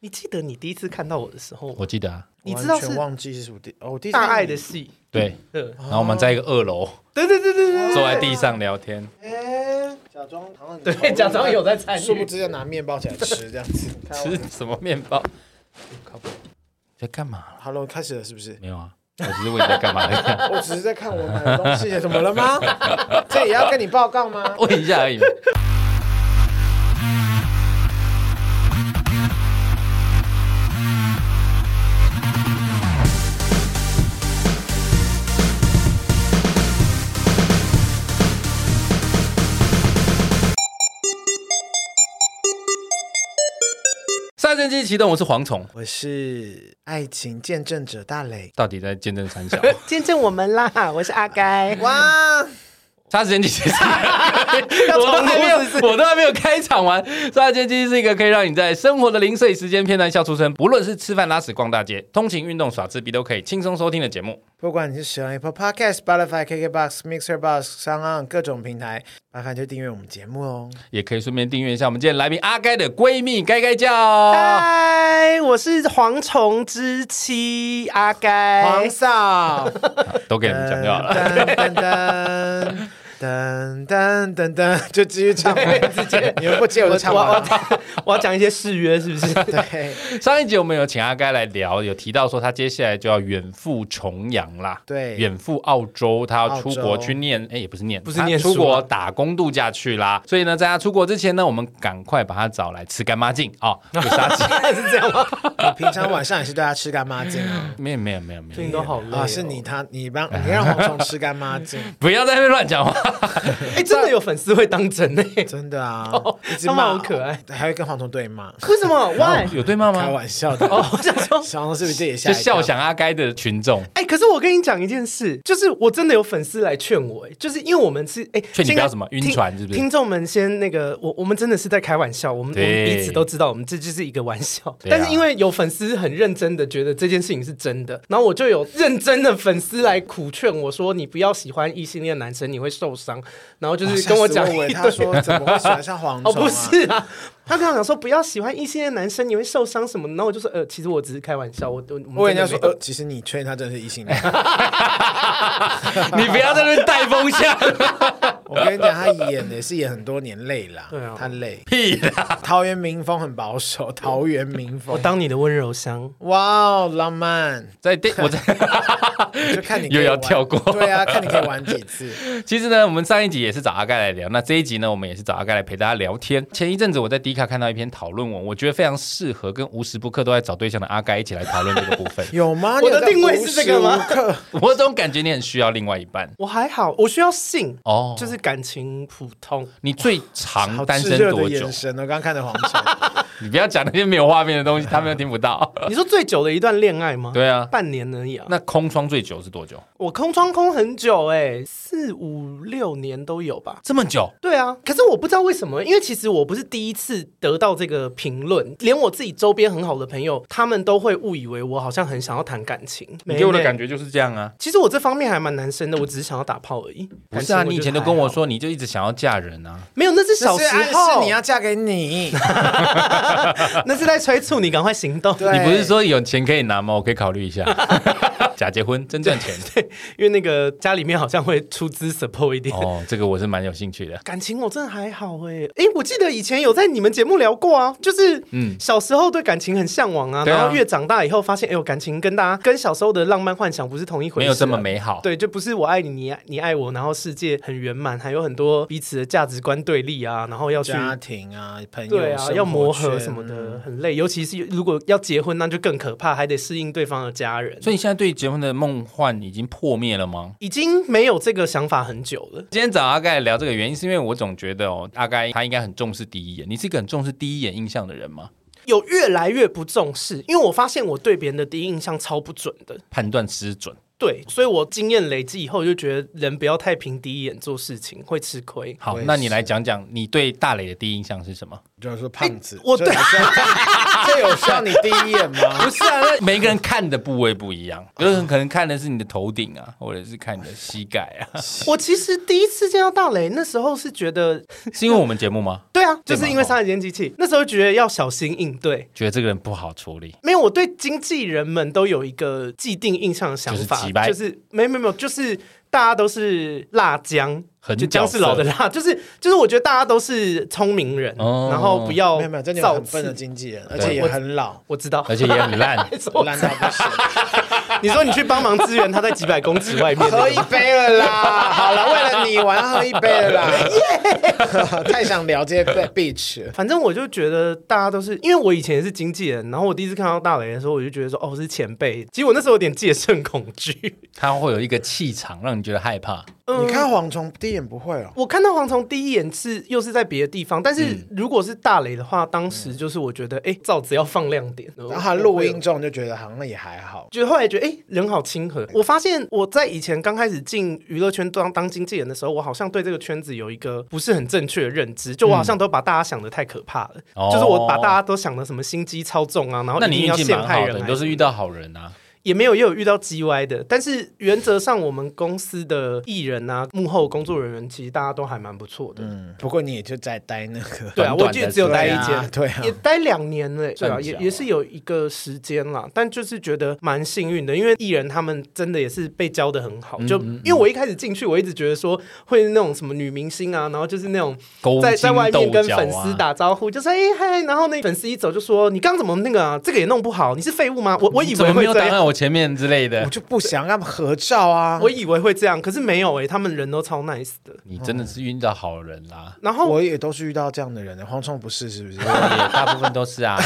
你记得你第一次看到我的时候吗，我记得啊，你知道完是全忘记是什么地哦，我第一次大爱的戏，对。嗯，然后我们在一个二楼对对对对对坐在地上聊天，哎，假装哎好像你对，对，假装有在参殊不与，知要拿面包起来吃这样 子。吃什么面包？在干嘛？ Hello，开始了是不是？没有啊，我只是问你在 干嘛而已啊，我只是在看我买的东西，怎么了 吗？这也要跟你报告吗？问一下而已。三神机启动，我是蝗虫，我是爱情见证者大磊。到底在见证三小？呃见证我们啦！我是阿该，哇， 杀时间机器，我都还没 有，我都还没有开场完。杀时间机器是一个可以让你在生活的零碎时间片段笑出声，不论是吃饭、拉屎、逛大街、通勤、运动、耍自闭，都可以轻松收听的节目。不管你是使用 Apple Podcast、Spotify、KKBox、Mixer、Box、上岸各种平台，麻烦就订阅我们节目哦。也可以顺便订阅一下我们今天来宾阿该的闺蜜该该啊叫。嗨，我是蝗虫之妻阿该黄，嫂，都给你们讲就好哎了。噔噔噔噔噔噔，就继续唱吧，你们不接我就唱我完我了。我要讲一些誓约是不 是？对上一集我们有请阿该来聊，有提到说她接下来就要远赴重洋啦，对远赴澳洲，她要澳出洲国去念，哎，也不是念，不是念书啊出国打工度假去啦。所以呢，在她出国之前呢，我们赶快把她找来吃干妈净啊，不杀鸡，是这样吗？你平常晚上也是对他吃干妈净啊？没有没有没有没最近有，都好累哦啊，是你他你让你让蝗虫吃干妈净，不要在那边乱讲话。 哎，真的有粉丝会当真呢？真的啊，一直他们骂好可爱，还会跟蝗虫对骂，为什么？Why？ 有对骂开吗？玩笑的。哦，我想说，小红是不是这也吓就一跳笑？想阿该的群众，哎，可是我跟你讲一件事，就是我真的有粉丝来劝我，哎，就是因为我们是哎，劝你先不要什么晕听船是不是听众们先那个，我我们真的是在开玩笑，我们我对们彼此都知道，我们这就是一个玩笑。对啊但是因为有粉丝很认真的觉得这件事情是真的，然后我就有认真的粉丝来苦劝我说，你不要喜欢异性恋男生，你会受伤。然后就是跟我讲哦吓死我 一他堆。说怎么会喜欢上蝗虫？哦，不，是啊，他跟我讲说不要喜欢异性恋男生，你会受伤什么的。然后我就说，呃，其实我只是开玩笑，我我我我跟人人家家说，呃，其实你确认他真的是异性恋。你不要在那边带风向，我跟你讲，他演也是演很多年，累啦对啊，他累。屁啦！桃园民风很保守，桃园民我风。当你的温柔乡，哇哦，浪漫！在电 我在。就看你可以又要玩跳过对啊，看你可以玩几次。。其实呢，我们上一集也是找阿盖来聊，那这一集呢，我们也是找阿盖来陪大家聊天。前一阵子我在迪卡看到一篇讨论文，我觉得非常适合跟无时不刻都在找对象的阿盖一起来讨论这个部分 有吗？我的你有在定位是这个吗无时 无刻？我总感觉你很需要另外一半我还好，我需要性，哦，就是感情普通。你最长好单炽身热的多久眼？神哦，我刚刚看的 黄球，你不要讲那些没有画面的 东西，他们又听不到。你说最久的一段恋爱吗？对啊，半年而已啊。那空窗最久是多久？我空窗空很久哎、四五六年都有吧。这么久？对啊，可是我不知道为什么，因为其实我不是第一次得到这个评论，连我自己周边很好的朋友，他们都会误以为我好像很想要谈感情。你给我的没感觉就是这样啊。其实我这方面还蛮男生的，我只是想要打炮而已。不是啊，感情我觉得你以前都跟我还好，说，你就一直想要嫁人啊。没有，那是小这时是暗示候，你要嫁给你。那是在催促你赶快行 动。对你不是说有钱可以拿吗？我可以考虑 一下。假结婚真赚钱因为那个家里面好像会出资 support 一点。哦，这个我是蛮有兴趣的。感情我真的还好哎、欸，哎、我记得以前有在你们节目聊过啊，就是嗯小时候对感情很向往啊，对啊然后越长大以后发现，哎、呦，感情跟大家跟小时候的浪漫幻想不是同一回事、啊没有这么，美好。对，就不是我爱你，你爱你爱我，然后世界很圆满，还有很多彼此的价值观对立啊，然后要 去家庭啊，朋友对啊，要磨合什么。生活圈的，嗯很累，尤其是如果要结婚，那就更可怕，还得适应对方的家人，所以你现在对结婚的梦幻已经破灭了吗？已经没有这个想法很久了。今天找阿盖聊这个原因，是因为我总觉得哦，阿盖他应该很重视第一眼。你是一个很重视第一眼印象的人吗？有越来越不重视，因为我发现我对别人的第一印象超不准的。判断失准，对，所以我经验累积以后，就觉得人不要太凭第一眼做事情，会吃 亏。好我也，那你来讲讲你对大磊的第一印象是什么？就是说胖子，哎我啊这有像 这有像你第一眼吗？ 不是啊，那每个人看的部位不一样，有人可能看的是你的头顶啊，或者是看你的膝盖啊，我其实第一次见到大雷，那时候是觉得， 是因为我们节目吗？对啊，就是对嘛因为杀人间机器，那时候觉得要小心应对。觉得这个人不好处理，没有，我对经纪人们都有一个既定印象的想法，就是几掰就是没有没有没有，就是大家都是辣姜，很就姜角是老的色辣，就是就是我觉得大家都是聪明人，哦然后不要没有没有，真的有造很笨的次。经纪人，而对且也我很老，我知道，而且也很 烂。烂到不行， 你说你去帮忙支援，他在几百公尺 外面，喝一杯 了啦！好了，为了你，我要喝一杯了啦！ 太想聊这些 bitch 了。反正我就觉得大家都是，因为我以前也是经纪人，然后我第一次看到大雷的时候，我就觉得说，哦，是前辈。其实我那时候有点戒慎恐惧。他会有一个气场让你觉得害怕， 嗯你看蝗虫第一眼不会哦，我看到蝗虫第一眼是又是在别的地方，但是如果是大雷的话，当时就是我觉得，哎、罩子要放亮点。然后他录音中就觉得好像也还好。就后来觉得，哎、人好亲和。我发现我在以前刚开始进娱乐圈当当经纪人的时候，我好像对这个圈子有一个不是很正确的认知，就我好像都把大家想的太可怕了，哦就是我把大家都想的什么心机操纵啊，然后那一你定运要气陷蛮害好人的，啊，你都是遇到好人啊。也没有也有遇到 G Y 的，但是原则上我们公司的艺人啊、幕后工作人员，其实大家都还蛮不错的。嗯，不过你也就在待那个，对啊，短短我就的只有待一对啊间，对啊 也待两年嘞、对啊，算也久也是有一个时间啦，但就是觉得蛮幸运的，因为艺人他们真的也是被教的很好，嗯就因为我一开始进去，我一直觉得说会那种什么女明星啊，然后就是那种勾在心在外面嗯斗跟角粉丝啊打招呼，就说哎嗨，然后那粉丝一走就说你刚怎么那个啊，这个也弄不好，你是废物吗？我我以你怎为么没会有这挡样在。我前面之类我的？就不想让他们合照啊。我我以为会这样，可是没有哎诶、他们人都超 nice 的。你真的是遇到好人啊 啦、然后也都是遇到这样的人的，蝗虫不是是不是？ 也大部分都 是啊。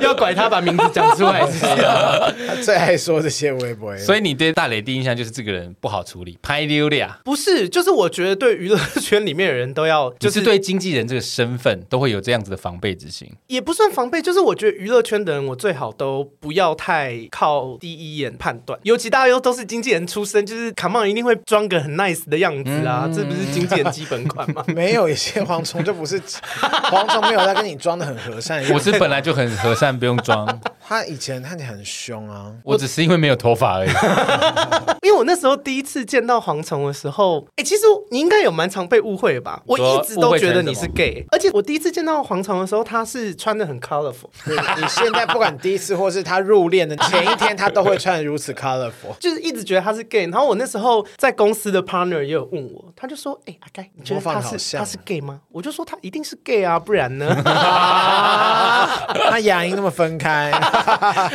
要拐他把名字讲出来，是不是他最爱说这些微博，？所以你对大磊第一印象就是这个人不好处理，拍溜啊的呀。不是，就是我觉得对娱乐圈里面的人都要，就就是是对经纪人这个身份都会有这样子的防备之心。也不算防备，就是我觉得娱乐圈的人，我最好都不要太靠第一眼判断，尤其大家又都是经纪人出身，就是卡曼一定会装个很 nice 的样子啊，嗯这不是经纪人基本款吗 没有一些蝗虫就不是蝗虫，没有在跟你装的很和善一我样。是本来就很和善，不用 装。他以前看起来很凶啊，我只是因为没有头发而已。因为我那时候第一次见到蝗虫的时候，哎、其实你应该有蛮常被误会吧？我说一直都觉得你是误 gay，而且我第一次见到蝗虫的时候，他是穿的很 colorful，你你现在不管第一次或是他入殓的前一天，他都会穿得如此 colorful。就是一直觉得他是 gay。然后我那时候在公司的 partner 也有问我，他就说：“哎、阿该，你觉得模仿他得好是像他是 gay 吗？”我就说他一定是 gay 啊，不然呢？ 他牙龈那么分 开，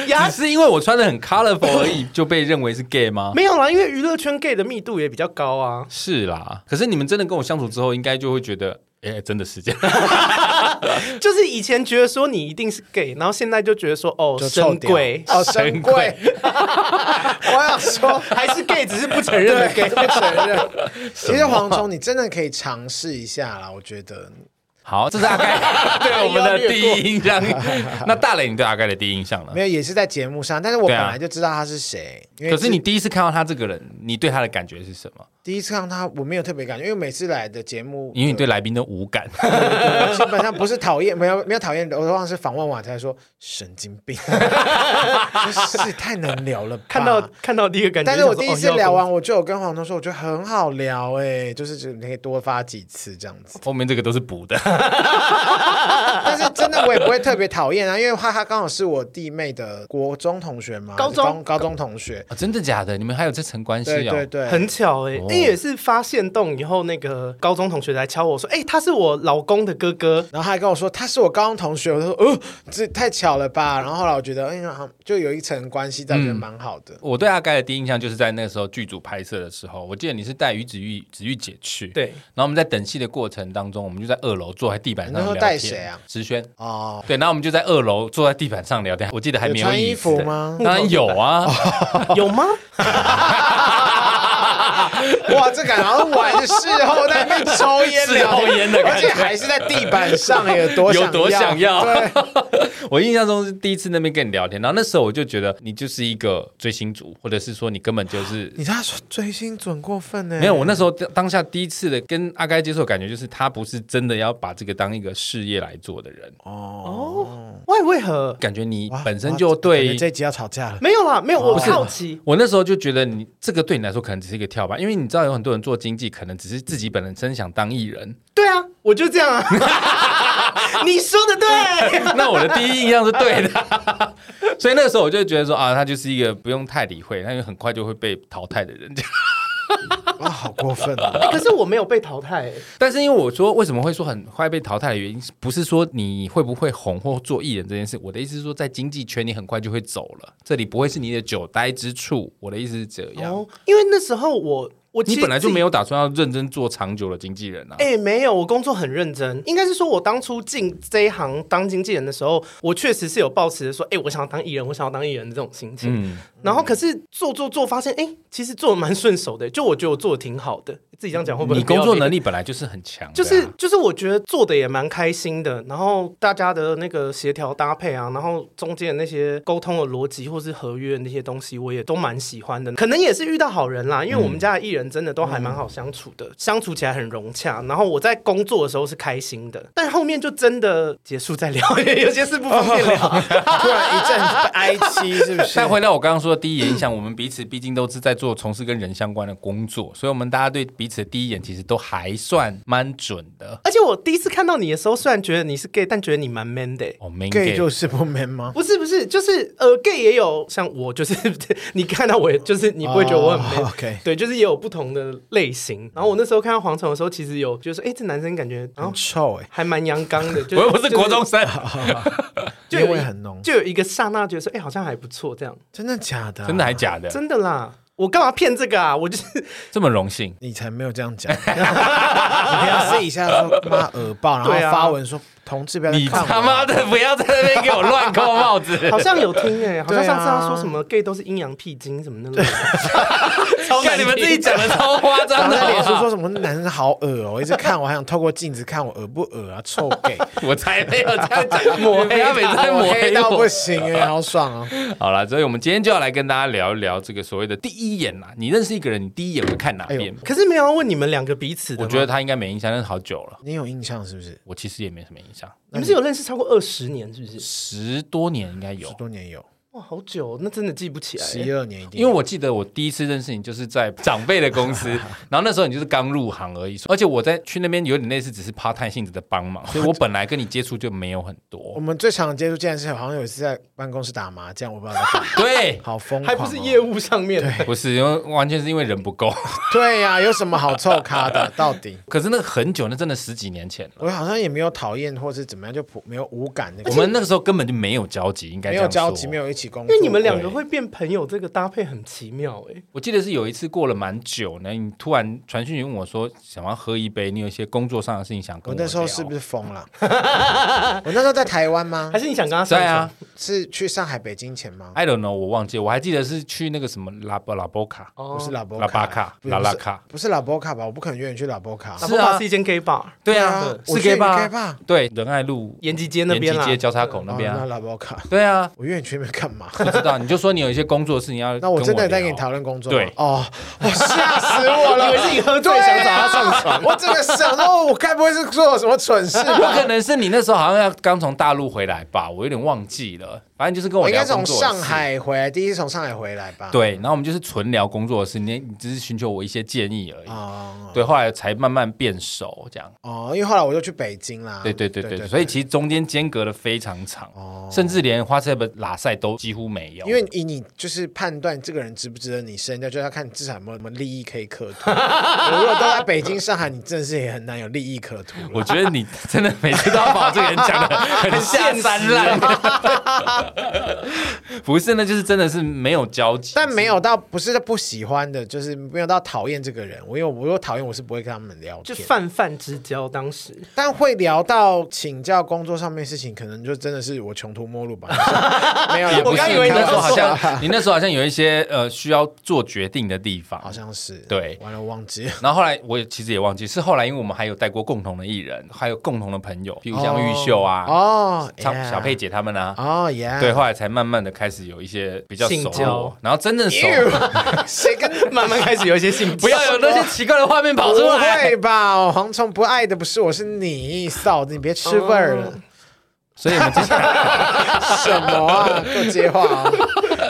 牙 只是因为我穿的很 colorful 而已，就被认为是 gay 吗？没有啦，因为娱乐圈 gay 的密度也比较高啊。 是啦，可是你们真的跟我相处之后，应该就会觉得，哎、真的是这样。 就是以前觉得说你一定是 gay，然后现在就觉得说哦，就臭珍屌贵。 哦，神贵。我想 说，还是 gay，只是不承认的 gay。不承认。其实蝗虫，你真的可以尝试一下啦，我觉得。好，这是阿 盖对我们的第又要一印象。 那大磊，你对阿盖的第一印象呢没？有，也是在节目上，但是我对本啊来就知道他是谁。因为可是你第一次看到他这个人，你对他的感觉是什么？第一次看到他，我没有特别感觉，因为每次来的节目，因为你对来宾都无 感。。我 基本上不是讨厌，没有没有讨厌的，我都忘是访问完才说神经 病，真是太能聊了吧。看到看到第一个感觉啊但就是想说，我第一次哦聊，完，我就有跟黄东说，我觉得很好聊哎、就是就你可以多发几次这样子后面这个都是补的，但是真的我也不会特别讨厌啊，因为他他刚好是我弟妹的国中同学嘛，高中高中同学，哦真的假的？你们还有这层关系对哦？对对，要很巧哎、欸，哦那、也是发现洞以后，那个高中同学来敲我说，哎、他是我老公的哥哥。然后他还跟我说他是我高中同学，我就说哦，这太巧了吧。然后后来我觉得，哎呀，好像就有一层关系在，嗯我觉得蛮好的。我对阿盖的第一印象就是在那个时候剧组拍摄的时候，我记得你是带于子玉、子玉姐去，，对，然后我们在等戏的过程当中，我们就在二楼坐在地板上你那时聊候天。带谁啊？石轩。哦，对，然后我们就在二楼坐在地板上聊天。我记得还没有穿椅衣子服吗当然有啊，有吗？哇，这感觉好像晚事后在那边抽烟事聊后天，烟的感而且觉。还是在地板上，有多有想多想要对， 我印象中是第一次那边跟你聊天，然后那时候我就觉得你就是一个追星族，或者是说你根本 就是你知道他说追星准过分呢、没有，我那时候当当下第一次的跟阿该接触，感觉就是他不是真的要把这个当一个事业来做的人， 哦，为为何感觉你哇本身哇就这感觉对这一集要吵架了。 没有啦？没哦有，我不是好奇。我那时候就觉得你这个对你来说可能只是一个跳板，因为你知道有很多人做经济，可能只是自己本身想当艺人。 对啊，我就这样啊。 你说的对， 那我的第一印象是对的， 所以那个时候我就觉得说啊，他就是一个不用太理会，他因为很快就会被淘汰的人。哇，好过分啊！ 哎可是我没有被淘汰欸。 但是因为我说为什么会说很快被淘汰的原因，不是说你会不会红或做艺人这件事，我的意思是说在经济圈你很快就会走了，这里不会是你的久待之处。我的意思是这样，哦，因为那时候我我其你实本来就自己没有打算要认真做长久的经纪人啊。哎、没有，我工作很认真。应该是说，我当初进这一行当经纪人的时候，我确实是有抱持着说，哎、我想要当艺人，我想要当艺人的这种心情。嗯，然后，可是做做做，发现哎、其实做的蛮顺手的。就我觉得我做的挺好的，自己这样讲会不会你很不要工脸？作能力本来就是很强的啊，就是就是，我觉得做的也蛮开心的。然后大家的那个协调搭配啊，然后中间的那些沟通的逻辑或是合约那些东西，我也都蛮喜欢的。可能也是遇到好人啦，因为我们家的艺人真的都还蛮好相处的，相处起来很融洽。然后我在工作的时候是开心的，但后面就真的结束再聊， 因为有些事不方便聊。突然一阵哀戚，是不是再？回到我刚刚说的第一眼印象，我们彼此毕竟都是在做从事跟人相关的工作，所以我们大家对彼此的第一眼其实都还算蛮准的。而且我第一次看到你的时候，虽然觉得你是 gay，但觉得你蛮 man 的欸、哦，没 gay 给就是不 man 吗？不是不是，就是呃，gay 也有像我，就是 你看到我，也就是 你不会觉得我很 man，、哦，OK 对，就是也有不同的类型。然后我那时候看到蝗虫的时候，其实有觉得说，哎、这男生感觉然后很臭哎、还蛮阳刚的，就我又不是国中，生，就欸，有烟味很浓，就有一个刹那觉得说，哎、好像还不错，这样真的假的、啊真的还，假的？真的啦。我干嘛骗这个啊？我 就是这么荣幸？你才没有这样讲。你不要试一下说妈耳爆，然后对啊发文说同志不要再你呃看我他妈的不要在那边给我乱扣帽子！好像有听哎、好像上次对啊他说什么 gay 都是阴阳屁精什么那种， 超难看你们听自己讲的超夸然张后的在脸好书不好，说什么男人好恶哦、我一直看我还想透过镜子看我恶不恶啊，臭 gay， 我才没有这样讲，抹黑他每次在抹黑黑到不我。行哎、好爽哦、好了，所以我们今天就要来跟大家聊一聊这个所谓的第一眼啦。你认识一个人，你第一眼会看哪哎边呦？可是没有要问你们两个彼此的吗，我觉得他应该没印象，但是好久了，你有印象是不是？我其实也没什么印象。你们是有认识超过二十年是不是？十多年应该有十，多年有，哇，好久哦，那真的记不起来欸。十一二年一定因有。为我记得我第一次认识你就是在长辈的公司， 然后那时候你就是刚入行而已，而且我在去那边有点类似只是 part time 性质的帮忙，所以我本来跟你接触就没有很我多。们最常接触竟然是好像有一次在办公室打麻将，我不知道在 干嘛，对，好疯还狂、哦，不是业务上面的。不是，因为完全是因为人不够。对呀、有什么好凑咖 的？到底可是那个很久，那真的十几年前了。我好像也没有讨厌或是怎么样，就普没有无感那个我，们那个时候根本就没有交集，应该没这有样交集，说没。有一起工因作。为你们两个会变朋友，这个搭配很奇妙哎、我记得是有一次过了蛮久呢，你突然传讯息问我说想要喝一杯，你有一些工作上的事情想跟我我那时候是聊不是疯了？我那时候在台湾吗 还？是你想跟他上在床啊？是去上海、北京前吗？ ？I don't know，我忘记，我还记得是去那个什么拉拉波卡。哦，不是拉波拉巴卡不是拉拉不是卡不是拉波卡吧？我不可能约你去拉波卡。打是波啊卡是一间 gay bar，对对啊啊，我是去 gay gay bar， bar 对，仁爱路延吉街那边啊延啦吉街。交叉口那边哦啊，拉波卡，对啊，我约你去那边干 嘛？不知道，你就说你有一些工作的事情要跟聊， 那我真的在跟你讨论工作吗？对哦，我吓死我了！以为是你喝醉想找他上床，啊我真的想到，我该不会是做了什么蠢事 有吧？可能是你那时候好像要刚从大陆回来吧，我有点忘记了，反正就是跟我应聊该工从作的上事。海回来，第一次从上海回来吧？对，然后我们就是纯聊工作的事，你你只是寻求我一些建议而已。哦对，后来才慢慢变熟，这样。哦，因为后来我就去北京啦。对对对对，所以其实中间间隔的非常长，哦甚至连花车的拉塞都几乎没有。因 为以你就是判断这个人值不值得你深交，就要看至少有没有什么利益可以可 图。我如果都在北京、上海，你真的是也很难有利益可图了。 我觉得你真的每次都要把我这个人讲的很下三滥。啊 不是，那就是真的是没有交集。但没有到不是不喜欢的，就是没有到讨厌这个人。我有我有讨厌，我是不会跟他们聊就天，泛泛之交。当时但会聊到请教工作上面的事情，可能就真的是我穷途末路吧。没有啦，也不我是刚你以为那你时候要好说 像，你那时候好像有一些呃需要做决定的地方，好像是对完了我忘记了。然后后来我也其实也忘记，是后来因为我们还有带过共同的艺人，还有共同的朋友，比如像玉秀啊、哦，小 yeah 小佩姐他们啊。哦耶，对，后来才慢慢的开始有一些比较熟性交络，然后真正熟， Ew，谁 跟 慢慢开始有一些兴不致。要有那些奇怪的画面 跑出不来会。吧？蝗虫不爱的不是我，是你嫂子，你别吃味儿了。所以我们接下来哦什么啊？给我接话啊！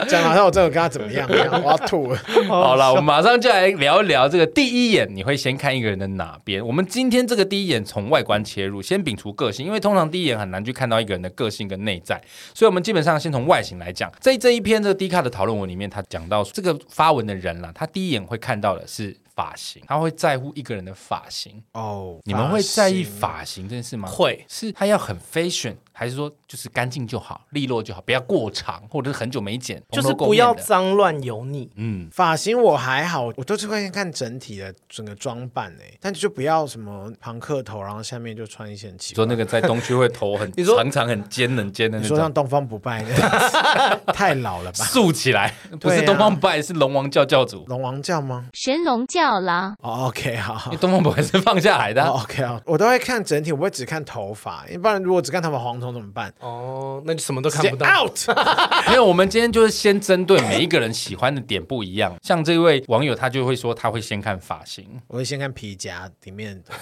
讲得好像我真的跟他怎么样一样，我要 吐了。哦好了，我们马上就来聊一聊这个第一眼，你会先看一个人的哪边？我们今天这个第一眼从外观切入，先摒除个性，因为通常第一眼很难去看到一个人的个性跟内在，所以我们基本上先从外形来讲。在这一篇这个 D 卡的讨论文里面，他讲到这个发文的人啦，他第一眼会看到的是发型，他会在乎一个人的发型。哦，你们会在意发型这件事吗？会是他要很 fashion，还是说就是干净就好，利落就好，不要过长，或者是很久没剪，就是蓬头垢不要面的脏乱油腻。嗯。发型我还好，我都是会先看整体的整个装扮诶，但就不要什么庞克头，然后下面就穿一些很奇你怪说。那个在东区会头 很你说长长很尖很尖的你那说像种，东方不败 那样子太老了吧？竖起 来，不对是啊东方不败，是龙王教教 主。龙王教吗？神龙教啦。哦，OK，好 因为。东方不败是放下来的啊、哦、OK 啊，我都会看整体，我不会只看头发，要不然如果只看头发，蝗虫怎么办？哦，那就什么都直看接不到。 out。 没有，我们今天就是先针对每一个人喜欢的点不一样。像这位网友，他就会说他会先看发 型。我会先看皮夹里面的，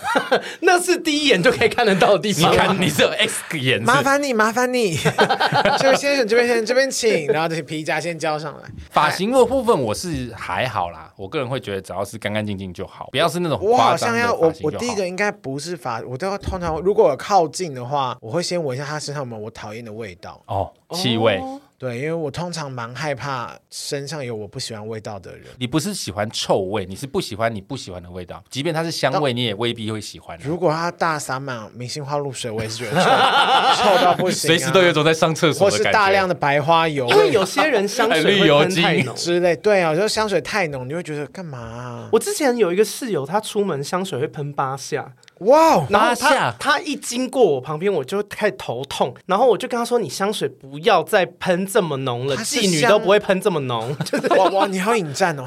那是第一眼就可以看得到的地你方。看，你是有 X 个眼麻是烦你，麻烦 你，这位先生，这边先生，这边请，然后这些皮夹先交上来。发型的部分，我是还好啦。我个人会觉得只要是干干净净就好，不要是那种我好夸张像的要发我型我就第一好个应该不是发，我都要通常如果有靠近的话，我会先闻一下他身上有没有我讨厌的味道。哦，气味。对，因为我通常蛮害怕身上有我不喜欢味道的人。你不是喜欢臭味，你是不喜欢你不喜欢的味道，即便它是香味，你也未必会喜欢啊、如果他大洒满明星花露水，我也是觉得 臭，臭到不行、啊随时都有一，种在上厕所 或的是感觉。大量的白花油因为有些人香还绿水油会喷太精浓。之类。对啊，有时候香水太浓，你会觉得干嘛啊、我之前有一个室友，他出门香水会喷八下，哇哦，然后八下他他一经过我旁边，我就开始头痛，然后我就跟他说：“你香水不要再喷这么浓了，他是妓女香都不会喷这么浓。”哇哇，你好引 战哦！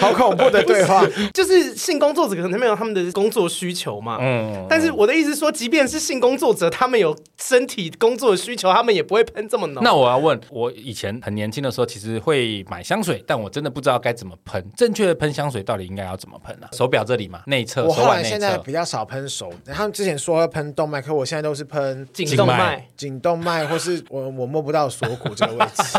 好恐怖的 对话。就是性工作者可能没有他们的工作需求嘛。嗯，但是我的意思是说，即便是性工作者，他们有身体工作的需求，他们也不会喷这么浓。那我要问，我以前很年轻的时候，其实会买香水，但我真的不知道该怎么喷。正确的喷香水到底应该要怎么喷啊？手表这里嘛，内侧，我手后腕来内现在侧比。较少喷手，他们之前说要喷动脉，可我现在都是喷颈静动脉脉，颈动脉，或是我我摸不到锁骨这个位 置。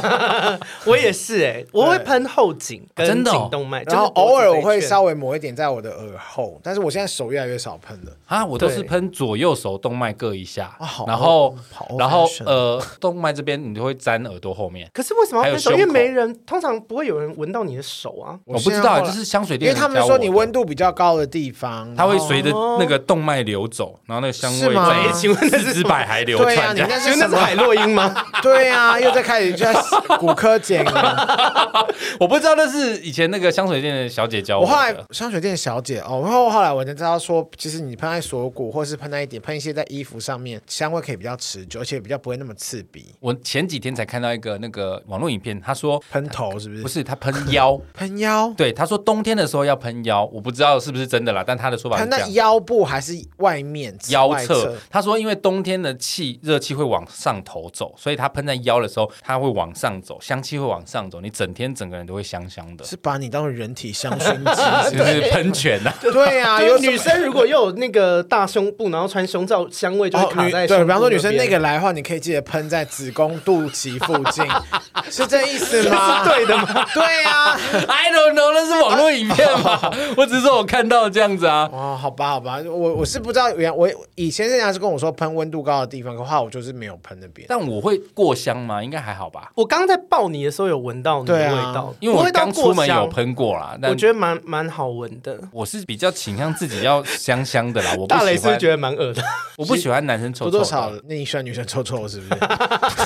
我也是哎、我会喷后颈真跟的哦颈动脉，然后偶尔我会稍微微抹一点在我的耳后，但是我现在手越来越少喷了。啊，我都是对喷左右手动脉各一下，啊好然后好好然后 fashion 呃动脉这边你就会粘耳朵后面。可是为什么还要有分手？胸因口为没人，通常不会有人闻到你的手啊。我不知道，现在后就来是香水因店为人他们教说我你的温度比较高的地方，它会然后随着那个动脉流走，然后那个香是味吗在哎请问那是四肢百骸流对啊，窜你这样。那请问是什那是海么？洛因吗？对啊，又在开始就在 骨科检了。我不知道那是以前那个香水店的小姐教我的。后来香水店小姐哦，然后后来我才知道说，其实你喷在锁骨或是喷在一点，喷一些在衣服上面，香味可以比较持久，而且比较不会那么刺鼻。我前几天才看到一个那个网络影片，他说喷头是不是？不是他喷腰， 喷腰，对他说冬天的时候要喷腰，我不知道是不是真的啦，但他的说法是喷这到样。腰部还是外面腰外侧，他说，因为冬天的气热气会往上头走，所以他喷在腰的时候，它会往上走，香气会往上走，你整天整个人都会香香的，是把你当人体香薰 机是不是喷泉呐、啊？是？对 啊，就有是女生如果又有那个大胸部，然后穿胸罩，香味就会哦，卡女在、对，比方说女生那。个来的话，你可以记得喷在子宫、肚脐附近， 是这意思吗？ 是对的吗？ 对啊， I don't know，那是网络影片嘛？ 我只是说我看到这样子啊。哦，好吧，好吧，我我是不知道，原我以前人家是跟我说喷温度高的地方的话，我就是没有喷那边。但我会过香吗？应该还好吧，我刚刚在抱你的时候有闻到你的对味啊道，因为不我会到刚出过门有香。喷过错啦。但我觉得蛮蛮好闻的。我是比较倾向自己要香香的啦，我不大雷是喜不是欢觉，得蛮 恶的？我不喜欢男生臭多臭多的。少那你喜欢女生臭臭是不是？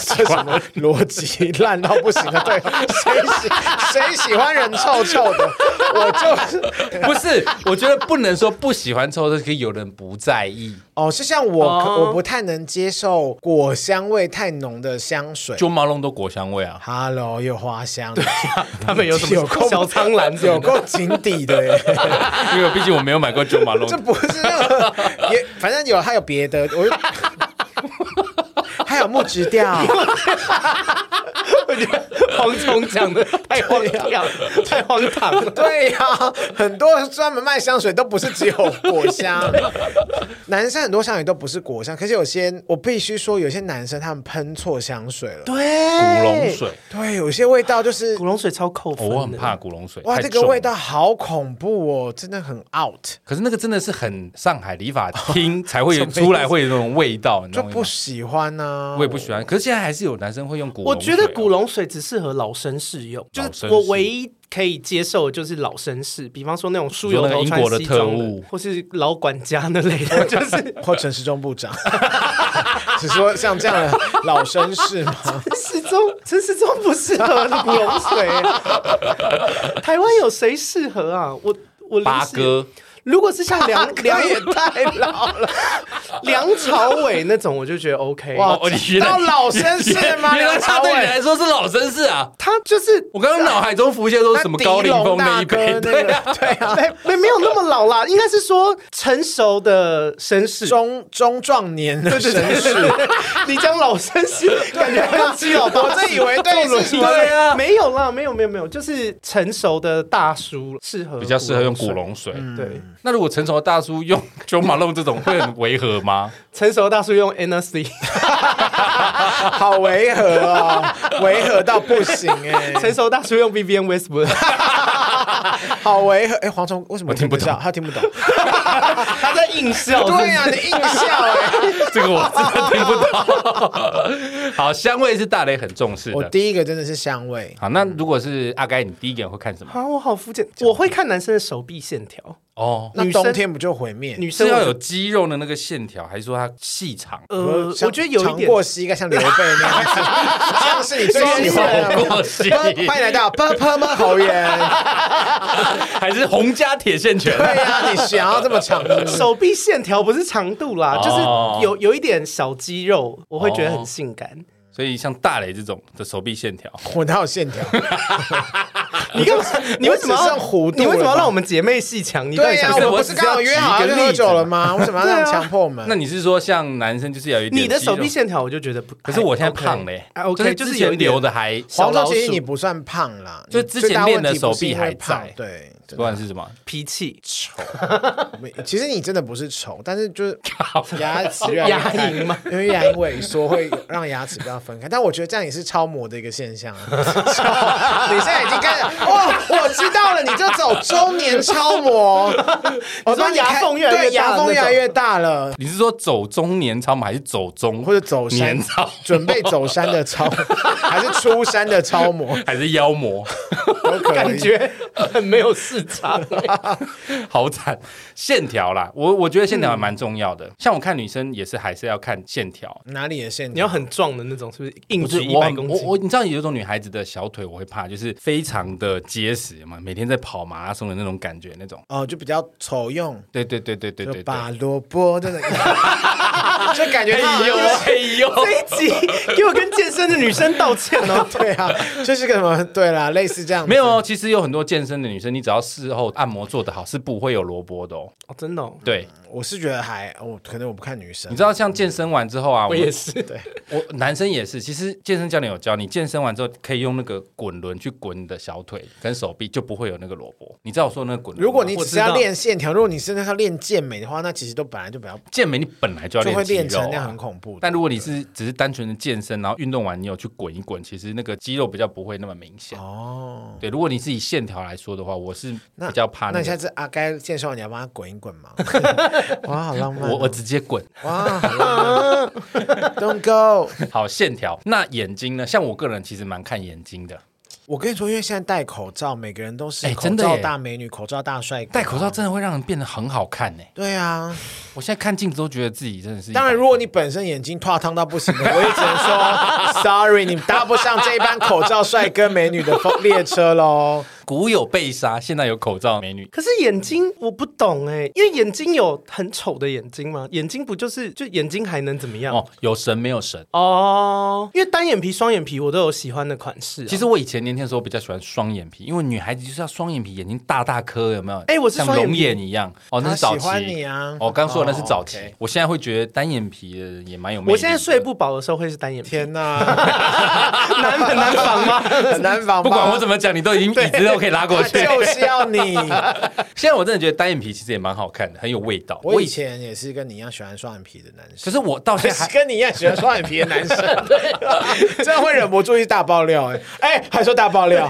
这什么逻辑烂到不行的对话？谁喜谁喜欢人臭臭的？我就是 不是，我觉得不能说不喜欢臭臭，可以有人不在意，哦，就像我、哦我不太能接受果香味太浓的香水。就毛龙都果香味啊。 Hello，有花香，他们有什有么够小苍兰什有么的？够井底的耶，因为毕竟我没有买过九马龙这，不是那个也，反正有还有别的， 我还有木质调，我觉得蝗虫讲的太荒唐，太荒唐了。对呀、很多专门卖香水都不是只有果香，男生很多香水都不是果香，可是有些我必须说，有些男生他们喷错香水了，对 古龙，水，对，有些味道就是古龙水超扣哦哎分的。我很怕古龙水，哇，太这个重味道好恐怖哦，真的很 out，可是那个真的是很上海理发厅才会有出来会有那种味道，你知就道吗不？喜欢啊呐、我也不喜欢，可是现在还是有男生会用古龙我水觉啊。得古龙水只适合老生适用，就老是绅士我唯一可以接受的就是老绅士，比方说那种梳油头你说那个穿英国的西装特务或是老管家那类的， 就是或陈时中部长， 只说像这样的老绅士吗？陈时中，陈时中不适合古龙 水。台湾有谁适合啊？我我临时八，哥，如果是像 梁梁也太老 了，梁朝伟那种，我就觉得 OK。哇哇，哦，你原来 到老绅士吗？原来他对你来说是老绅士啊！他就是我刚刚脑海中浮现都是什么高凌风那那一辈，对对 啊，对啊，没哎没没有那么老啦，应该是说成熟的绅士。 中中壮年的绅士，你讲老绅士，感觉很基佬啊我吧？真以为 对是对啊，没有啦，没有没有没有，就是成熟的大叔适合 比较适合用古。龙水。嗯对，那如果成熟的大叔用 九马龙这种会很违和吗？成熟的大叔用 NRC，好违和哦，违和到不行 哎，成熟大叔用 Vivian Westwood，好违和哎，蝗虫为什么我听不知道懂他听 不懂，他在硬笑。对呀，你硬笑哎。 这个我真的听不懂。好，香味是大雷很重视我的。第一个真的是香味，好，那如果是阿该，你第一眼会看什么？啊，我好肤浅，我会看男生的手臂线条，哦，那女生冬天不就毁灭？女生是要我有肌肉的那个线条，还是说它细长？呃，像我觉得有一长点过膝盖，像刘备那样子，这样是你啊最喜欢的手吗。过细，欢迎来到波波猫猴园。还是洪家铁线拳？对呀、你想要这么长的呃手臂线条不是长度啦，哦就是有有一点小肌肉，我会觉得很性感。所以像大雷这种的手臂线条，我哪有线条？你 干嘛？你为什么只要剩弧度你为什么了要吧让我们姐妹戏强？你到底对呀、想是什我我么不只是要刚好约举一好个要去例喝子酒了嘛吗？为什么要这样对啊强迫我们？那你是说像男生就是要有一点你的手臂肌肉？线条，我就觉得不。可是我现在还胖嘞还 OK，是就是之前有一点留的还，小黄老鼠总其实你不算胖啦，就你之最大前练问的题手不是臂因为还胖在对。不真的管是什么，脾气没其实你真的不是丑，但是就是 牙齿越来越牙开龈吗？因为牙龈萎缩会让牙齿比较分开，但我觉得这样也是超模的一个现象啊。 超你现在已经开始，哦，我知道了，你就走中年超 模。说我帮你牙开缝越来越对大的牙缝那越来种越大了。你是说走中年超吗？还是走中或者走山年超， 准备走山的超，还是出山的 超模， 还是妖魔？都可以感觉很没有市场。 好惨，线条啦，我我觉得线条嗯还蛮重要的。像我看女生也是，还是要看线条。哪里的线你要条？很壮的那种，是不是硬不是举一我百很公我斤？我，你知道有一种女孩子的小腿我会怕，就是非常的结实嘛，每天在跑马拉松的那种感觉，那种。哦，就比较丑用，对对对对对就对对。拔萝卜 真的，就感觉他好哎呦像。哎呦，这一集 给我跟健身的女生道歉哦对啊，就是个什么对啦，类似这样子。没有哦，其实有很多健身的女生，你只要事后按摩做得好，是不会有萝卜的哦。哦，真的哦，对，我是觉得还我可能我不看女生你知，道像健身完之后啊，我们也是。对，我男生也是，其实健身教练有教你，健身完之后可以用那个滚轮去滚你的小腿跟手臂，就不会有那个萝卜。你知道我说的那个滚轮吗？如果你我只知是要道练线条，如果你真的要练健美的话，那其实都本来就比较健美，你本来就要就会肌肉、啊，练成那样很恐怖的。但如果你是只是单纯的健身，然后运动完你有去滚一滚，其实那个肌肉比较不会那么明显。哦，对，如果你是以线条来说的话，我是那比较怕那那你下个，次阿该健身完你要帮他滚一滚 吗？哇，好浪漫哦！我我直接滚。 哇好浪漫，Don't go。好，线条。那眼睛呢？像我个人其实蛮看眼睛的，我跟你说，因为现在戴口罩，每个人都是哎口真的罩耶大美女、口罩大帅哥啊，戴口罩真的会让人变得很好看呢、对啊。我现在看镜子都觉得自己真的是一百。当然，如果你本身眼睛烫烫到不行 的，我也只能说 sorry，你搭不上这一班口罩帅哥美女的风列车喽。古有被杀，现在有口罩美女。可是眼睛我不懂哎、因为眼睛有很丑的眼睛吗？眼睛不就是就眼睛还能怎么样？哦哦，有神没有神。因为单眼皮、双眼皮我都有喜欢的款式啊、其实我以前年轻的时候比较喜欢双眼皮，因为女孩子就是要双眼皮，眼睛大大颗，有没有？哎我是像双眼龙皮眼一样。哦，那是早她喜欢你期。啊哦，刚说的那是早期哦，OK。我现在会觉得单眼皮的也蛮有魅力的。我现在睡不饱的时候会是单眼皮，天啊 哪，难很难防吗？很难防吧。不管我怎么讲，你都已经椅子都可以拉过去。就是要你。 现在我真的觉得单眼皮其实也蛮好看的，很有味道。我以前也是跟你一样喜欢双眼皮的男可生，是我到现在还跟你一样喜欢双眼皮的 男生，真的会忍不住去大爆料哎、哎、还说大 爆料，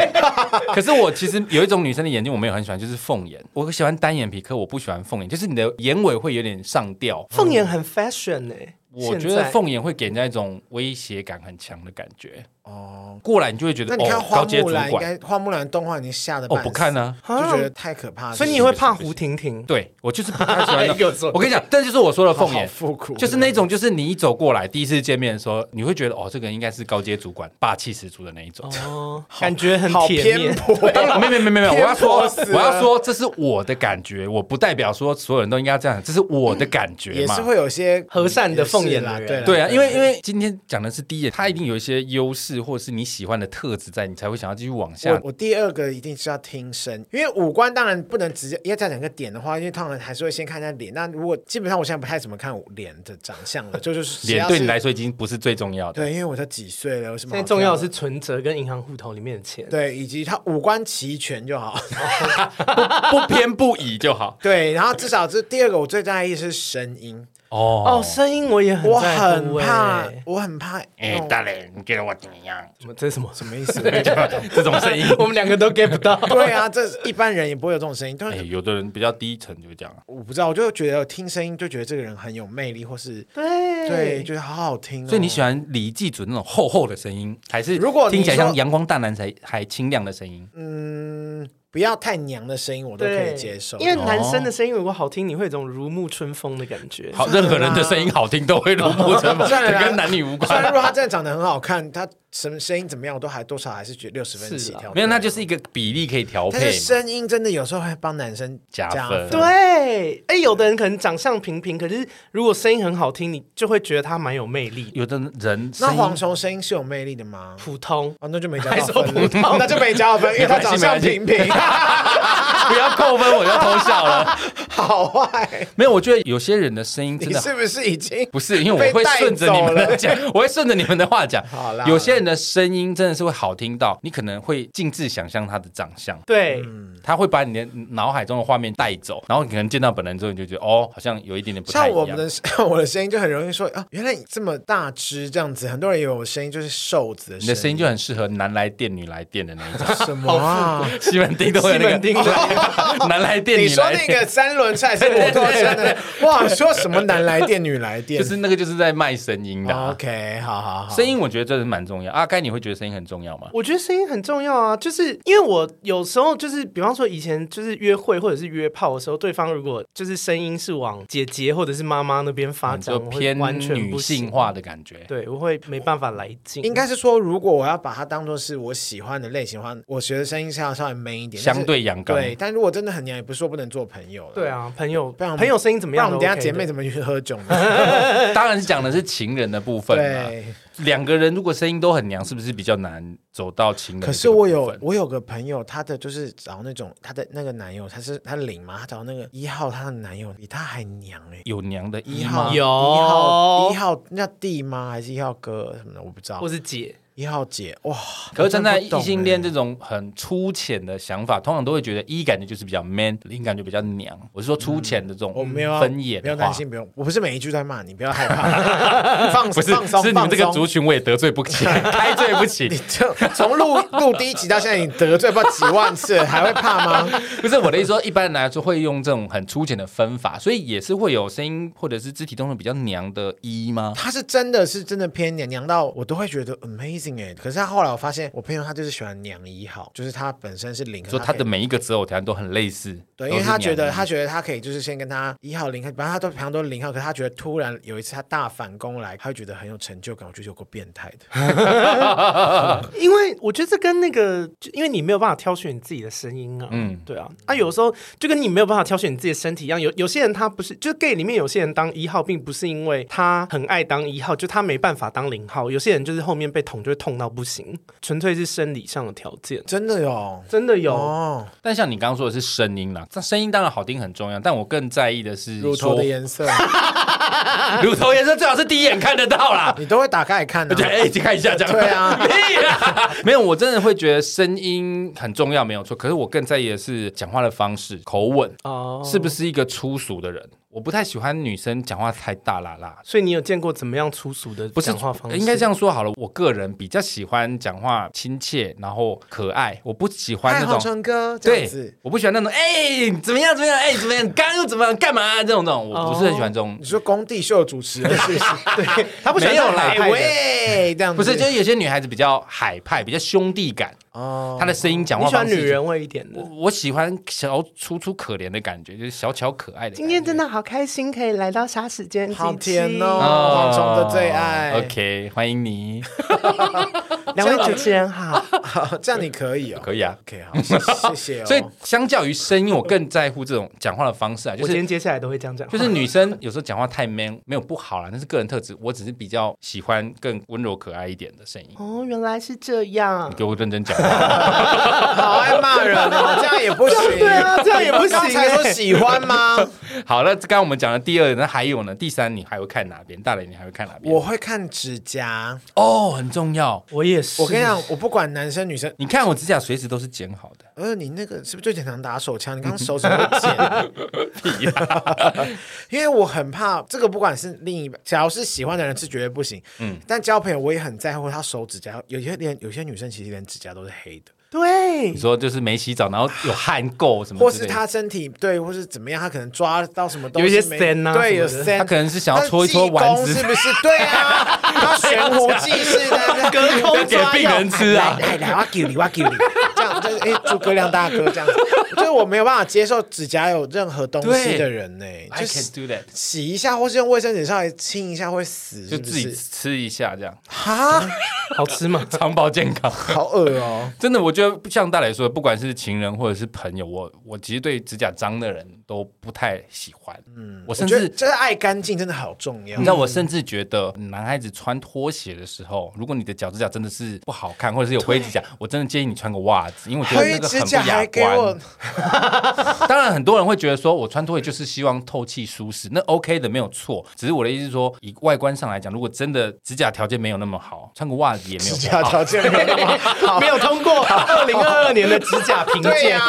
可是我其实有一种女生的眼睛我没有很喜欢，就是凤眼。我喜欢单眼皮，可我不喜欢凤眼，就是你的眼尾会有点上吊。凤眼很 fashion 哎、我觉现得在凤眼会给人家一种威胁感很强的感觉。哦，过来你就会觉得那你看哦，高花阶主木兰，应管。该花木兰动画已经吓得我半死不看啊呢、就觉得太可怕了。啊所以你也会怕胡婷婷。对我就是不太喜 欢给我那做我跟你讲，这就是我说的凤好眼。复古，就是那种，就是你一走过来，第一次见面的时候，你会觉得哦，这个人应该是高阶主管，霸气十足的那一种。哦，感觉很好铁偏面。 啊 颇、当然，没没没没没，我要说 偏颇死，了我要说，这是我的感觉，我不代表说所有人都应该这样，这是我的感觉嗯也嘛是。会有些嗯和善的凤眼啦，的人对啦对啊，因为因为今天讲的是第一眼，他一定有一些优势或者是你喜欢的特质在，你才会想要继续往下我。我第二个一定是要听声，因为五官当然不能直接要讲两个点的话，因为通常还是会先看一下脸。那如果基本上我现在不太怎么看我脸的长相 了，就就是只脸要对是你来说已经不是最重要的，对，因为我才几岁了，有什现么在好重要的挑是存折跟银行户头里面的钱。对，以及他五官齐全就好。不偏不倚就好。 对，然后至少这第二个我最在意是声音，哦哦，，声音我也很我在乎很怕欸，我很怕哎那，种大磊，你觉得我怎么样？什么这是什么？什么意思？这种声音，我们两个都 get 不到。 对啊，这一般人也不会有这种声音，但 哎，是有的人比较低沉就会这样。我不知道，我就觉得听声音就觉得这个人很有魅力，或是 对对，觉得好好听哦。所以你喜欢李济准那种厚厚的声音，还是如果你听起来像说阳光大男孩还清亮的声音？嗯，不要太娘的声音，我都可以接受。因为男生哦的声音如果好听，你会有一种如沐春风的感觉。好，任何人的声音好听都会如沐春风，算了这啦跟男女无 虽关。然如果他真的长得很好看，他什么声音怎么样，我都还多少还是觉得六十分是起啊跳。没有，那就是一个比例可以调但是配嘛。声音真的有时候会帮男生加分分。对，哎，有的人可能长相平平，可是如果声音很好听，你就会觉得他蛮有魅力。有的人那声音黄虫声音是有魅力的吗？普通，哦，那就没加还到说分了，那就没加到分，因为他长相平平， 不要扣分，我要偷笑了。 好坏。没有，我觉得有些人的声音真你的是不是已经 不是，因为我会顺着你们被带走的了讲，我会顺着你们的话讲。 好啦有些人的声音真的是会好听到，你可能会尽致想象他的长相。对，嗯他会把你的脑海中的画面带走，然后你可能见到本人之后，你就觉得哦，好像有一点点不太像一我们样。的像我的声音就很容易说啊，原来你这么大只这样子，很多人以为我声音就是瘦子的你的声音音就很适合男来电、女来电的那 一种。什么啊？西门町都有那西个门町 男来电、你女说来那电，个三轮车还是摩托车的？哇，说什么男来电、女来 电？哦就是那个就是在卖声音的啊、 OK，好好好，声音我觉得真的蛮重要。阿该你会觉得声音很重要吗？我觉得声音很重要啊，就是因为我有时候就是，比方说以前就是约会或者是约炮的时候，对方如果就是声音是往姐姐或者是妈妈那边发嗯展，就我会偏完全女不性行。化的感觉。对，我会没办法来劲。应该是说，如果我要把它当做是我喜欢的类型的话，我觉得声音是要稍微 man 一点，但是相对阳刚对。但如果真的很娘，也不是说不能做朋友了。对，啊，朋友不然我们朋友声音怎不么然样我都 OK 们等的？下姐妹怎么去喝酒呢？当然是讲的是情人的部 分啊啦。对，两个人如果声音都很娘，是不是比较难走到情人？可是我有，我有个朋友，她的就是找那种她的那个男友，他是他领嘛，她找那个一号，她的男友比她还娘哎、有娘的一一号吗？有一号一号那弟吗？还是一号哥什么的？我不知道或。是姐，一号姐哇，可是站在我真的异不懂性恋欸这种很粗浅的想法，通常都会觉得一感觉就是比较 man，零感觉比较娘。我是说粗浅的这种我没有要嗯分野不用的话担，心，不用，我不是每一句都在骂你，不要害 怕，放不是放松，是你放们这个松族群，我也得罪不 起，开罪不 起你。就从录录第一集到现在，你得罪不知道几万次，还会怕吗？不是我的意思说，一般人来说会用这种很粗浅的分法，所以也是会有声音或者是肢体动作比较娘的一吗？他是真的是真的偏娘娘到我都会觉得 amazing 哎、可是他后来我发现，我朋友他就是喜欢娘一号，就是他本身是零，说他他可以的每一个择偶条件都很类似，都对，因为是他娘觉得娘他觉得他可以就是先跟他一号零号，反正他都平常都是零号，可是他觉得突然有一次他大反攻来，他会觉得很有成就感，我觉得有个变态 的，因为我觉得这跟那个，就因为你没有办法挑选你自己的声音啊，嗯嗯，对啊，啊，有时候就跟你没有办法挑选你自己的身体一样，有有些人他不是，就是 gay 里面有些人当一号，并不是因为他很爱当一号，就他没办法当零号，有些人就是后面被捅就会痛到不行，纯粹是生理上的条件，真的哟。真的有，哦，但像你刚刚说的是声音啦，这声音当然好听很重要，但我更在意的是乳头说的颜色， 乳头颜色最好是第一眼看得到 啦。你都会打开来看的、 对，哎、你看一下这样。啊对啊屁啦，没有，我真的会觉得声音很重要，没有错。可是我更在意的是讲话的方式、口吻，哦，是不是一个粗俗的人？我不太喜欢女生讲话太大啦啦。所以你有见过怎么样粗俗的不是讲话方式？应该这样说好了。我个人比较喜欢讲话亲切，然后可爱。我不喜 欢嗨，那黄种，成哥这样对子，，我不喜欢那种，哎、怎么样怎么样，哎、怎么样，刚刚又怎么样，干嘛、这种这种，我不是很喜欢这种你说工地秀主持人是 不是？对，他不喜欢没有这样啦海哎派的喂，这样子不是，就是有些女孩子比较海派，比较兄弟感，哦，她的声音讲你话喜方欢式。女人味一点我，的。我喜欢小楚楚可怜的感觉，就是小巧可爱的感觉。今天真的好开心，可以来到杀时间机器，好甜哦哦蝗虫的最爱 OK，欢迎你，哦两位主持人好， 这样你可以哦，可以啊。 OK，好，谢谢谢哦。所以，相较于声音，我更在乎这种讲话的方式啊，就我今是天接下来都会这样讲话，就是女生有时候讲话太 man，没有不好啦，那是个人特质。我只是比较喜欢更温柔可爱一点的声音。哦，原来是这样你。给我认真讲话，好爱骂人哦， 这样也不行。对啊这样也不行刚才说喜欢吗？哎好那刚刚我们讲了第二，那还有呢？第三，你还会看哪边？大磊，你还会看哪边？我会看指甲，哦，很重要。我也是，我跟你讲，我不管男生女生。你看我指甲随时都是剪好的，呃，你那个是不是最经常打手枪？你 刚刚手指会剪，屁啦 因为我很怕这个，不管是另一半，只要是喜欢的人是绝对不行。嗯，但交朋友我也很在乎他手指甲，有些连有些女生其实连指甲都是黑的，对你，说就是没洗澡，然后有汗垢什么之类的，或是他身体对，或是怎么样，他可能抓到什么东西没，有一些深啊对，有什么的深，他可能是想要搓一搓但丸济子公是不是？对啊，他悬壶济世的，隔空给抓病药人吃啊。来来来，我给你，我给你，这样就是哎，诸葛亮大哥这样子，就是我没有办法接受指甲有任何东西的人 呢、哎 I 就 can 是 do that，洗一下或是用卫生纸上来亲一下会死，就是不自己是？吃一下这样，哈，好吃吗？长保健康。 好恶哦、真的，我觉得不像大磊说的，不管是情人或者是朋友，我我其实对指甲脏的人都不太喜欢。嗯，我我甚觉得至。就是爱干净真的好重要你知。道，我甚至觉得男孩子穿拖鞋的时候，如果你的脚趾甲真的是不好看，或者是有灰指甲，我真的建议你穿个袜子，因为我觉得那灰个指很不甲雅还给我观。，当然，很多人会觉得说，我穿拖鞋就是希望透气舒适，那 OK 的没有错。只是我的意思是说，以外观上来讲，如果真的指甲条件没有那么好，穿个袜子也没有指不甲好。条件没有那么好。没有通过二零二二年的指甲评对鉴呀、，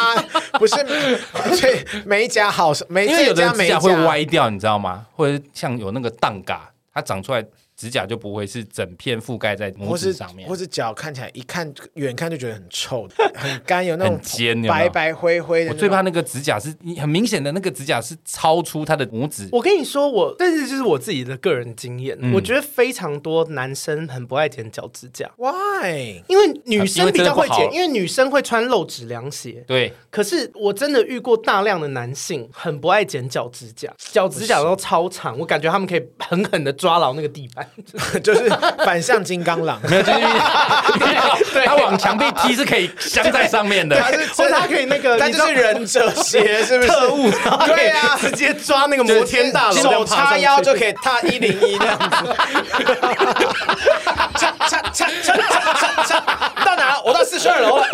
不是， 所以美甲好，美因为有的甲人指美甲会歪掉，你知道吗？或者像有那个蛋嘎，它长出来指甲就不会是整片覆盖在或拇指是上面或。是脚看起来一看远看就觉得很臭，很干，有那种很尖有没有白白灰灰的我那种。最怕那个指甲是你很明显的那个指甲是超出它的拇指，我跟你说，我但是就是我自己的个人经验，我觉得非常多男生很不爱剪脚指甲， why 因为女生比较会因为真的不剪，好因为女生会穿露趾凉鞋。对，可是我真的遇过大量的男性很不爱剪脚指甲，脚指甲都超长，我感觉他们可以狠狠的抓牢那个地板。就是反向金 刚狼，没有就是它往墙壁踢是可以镶在上面的。 他是或者他可以那个他你就知道是忍者鞋，是不是？特务，然后可以对 啊直接抓那个摩天大楼，手叉腰就以。可以踏一零一这样子，叉叉叉叉叉叉叉，到哪了？我到四十二楼了。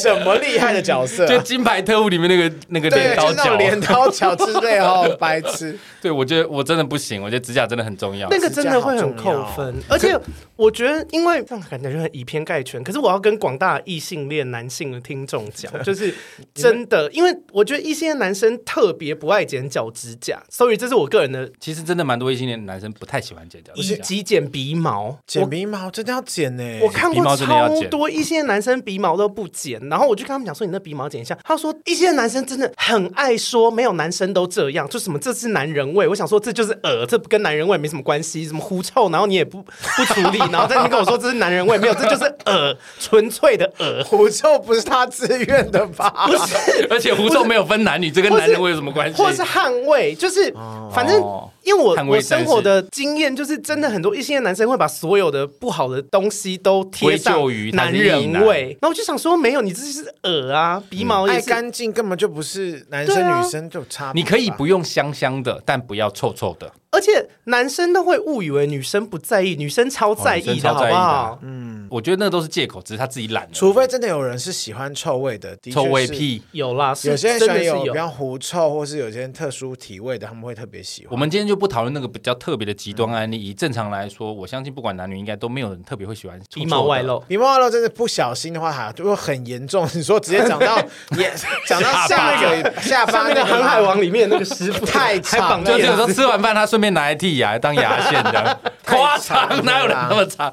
什么厉害的角色啊？就金牌特务里面那个那个对，镰就刀是那脚种，镰刀脚之类哦，白痴。对我觉得我真的不行，我觉得指甲真的很重要。那个真的会很扣分，而且我觉得，因为这样感觉就很以偏概全。可是我要跟广大的异性恋男性的听众讲，就是真的，因为我觉得异性恋男生特别不爱剪脚指甲，sorry，这是我个人的，其实真的蛮多异性恋男生不太啊喜欢剪脚以指甲，及剪鼻毛。剪鼻毛真的要剪呢、我看鼻过毛真的要剪超多异性恋男生鼻毛毛都不剪，然后我就跟他们讲说你那鼻毛剪一下，他说一些男生真的很爱说没有男生都这样，就什么这是男人味，我想说这就是恶，这跟男人味没什么关系，什么狐臭，然后你也不不处理，然后在那边跟我说这是男人味，没有，这就是恶，纯粹的恶。狐臭不是他自愿的吧？不是， 而且狐臭没有分男女，这跟男人味有什么关系？或是捍卫，就是反正哦因为我捍卫我战生士活的经验就是真的很多异性恋男生会把所有的不好的东西都贴上归咎于他男是人异男嗯味，那我就想说没有，你这是耳啊，鼻毛也爱是。干净根本就不是男对啊生女生就有差别吧。你可以不用香香的，但不要臭臭的。而且男生都会误以为女生不在意，女生超在哦意女的，好生超在意不的好？嗯我觉得那都是借口，嗯只是他自己懒了。除非真的有人是喜欢臭味的，的确臭味是。屁。有啦，是有些人喜真的欢是有，有比方狐臭，或是有些人特殊体味的，他们会特别喜我欢。们今天就不讨论那个比较特别的极端案例。以正常来说，我相信不管男女，应该都没有人特别会喜欢臭鼻臭毛的外。 露。你忘了，真的不小心的话，哈，如果很严重，你说直接长到眼，长到下嘴、像下巴那个 个《航海王》里面那个师傅太还绑长啊着就了有眼时候睛吃完饭，他顺便拿来剔牙当牙线这样， 夸张哪有人那 么长？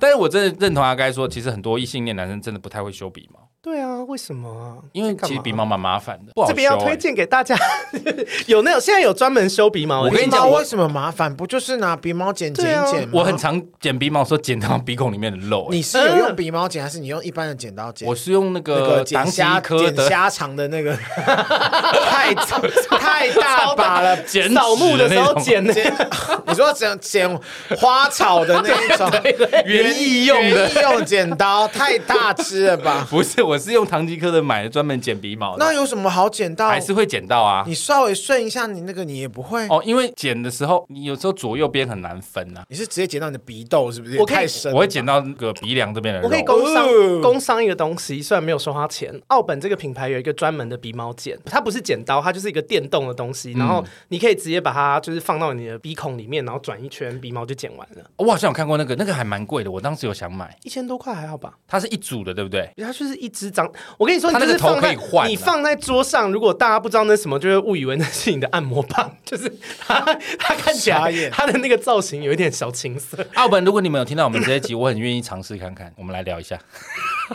但是我真的认同阿该说，其实很多异性恋男生真的不太会修鼻毛，对啊，为什么啊？因为干其嘛实鼻毛蛮麻烦的，不好这修、边要推欸。荐给大家， 有那种现在有专门修鼻毛的，我跟你讲鼻毛我为什么麻烦？不就是拿鼻毛剪剪对啊一剪吗？我很常剪鼻毛的时候，剪到鼻孔里面的肉、欸你是有用鼻毛剪，还是你用一般的剪刀剪？我是用那那个个剪党几虾科剪的虾肠的那个，太太 大把了。剪纸扫墓的时那候种剪的，你说剪剪花草的那 一种， 园艺用的园艺用剪刀太大只了 吧？不是，我是用唐吉诃德买的，专门剪鼻毛的，那有什么好剪到？还是会剪到啊。你稍微顺一下，你那个你也不会。哦，因为剪的时候，你有时候左右边很难分啊。你是直接剪到你的鼻窦是不是？我可以太深了吧，我会剪到那个鼻梁这边的肉。我 可以工商哦工商一个东西，虽然没有收他钱。奥本这个品牌有一个专门的鼻毛剪，它不是剪刀，它就是一个电动的东西，然后你可以直接把它就是放到你的鼻孔里面，然后转一圈，鼻毛就剪完了，哦我好像有看过那个，那个还蛮贵的，我当时有想买。一千多块还好吧？它是一组的，对不 对？它就是一只长，我跟你说，它你就那个是放在头可以换啊你放在桌上，如果大家不知道那是什么，就会误以为那是你的按摩棒， 就是它它看起傻来眼它的那个造型有一点小青涩。奥啊本，如果你们有听到我们这一集，我很愿意尝试看看。我们来聊一下。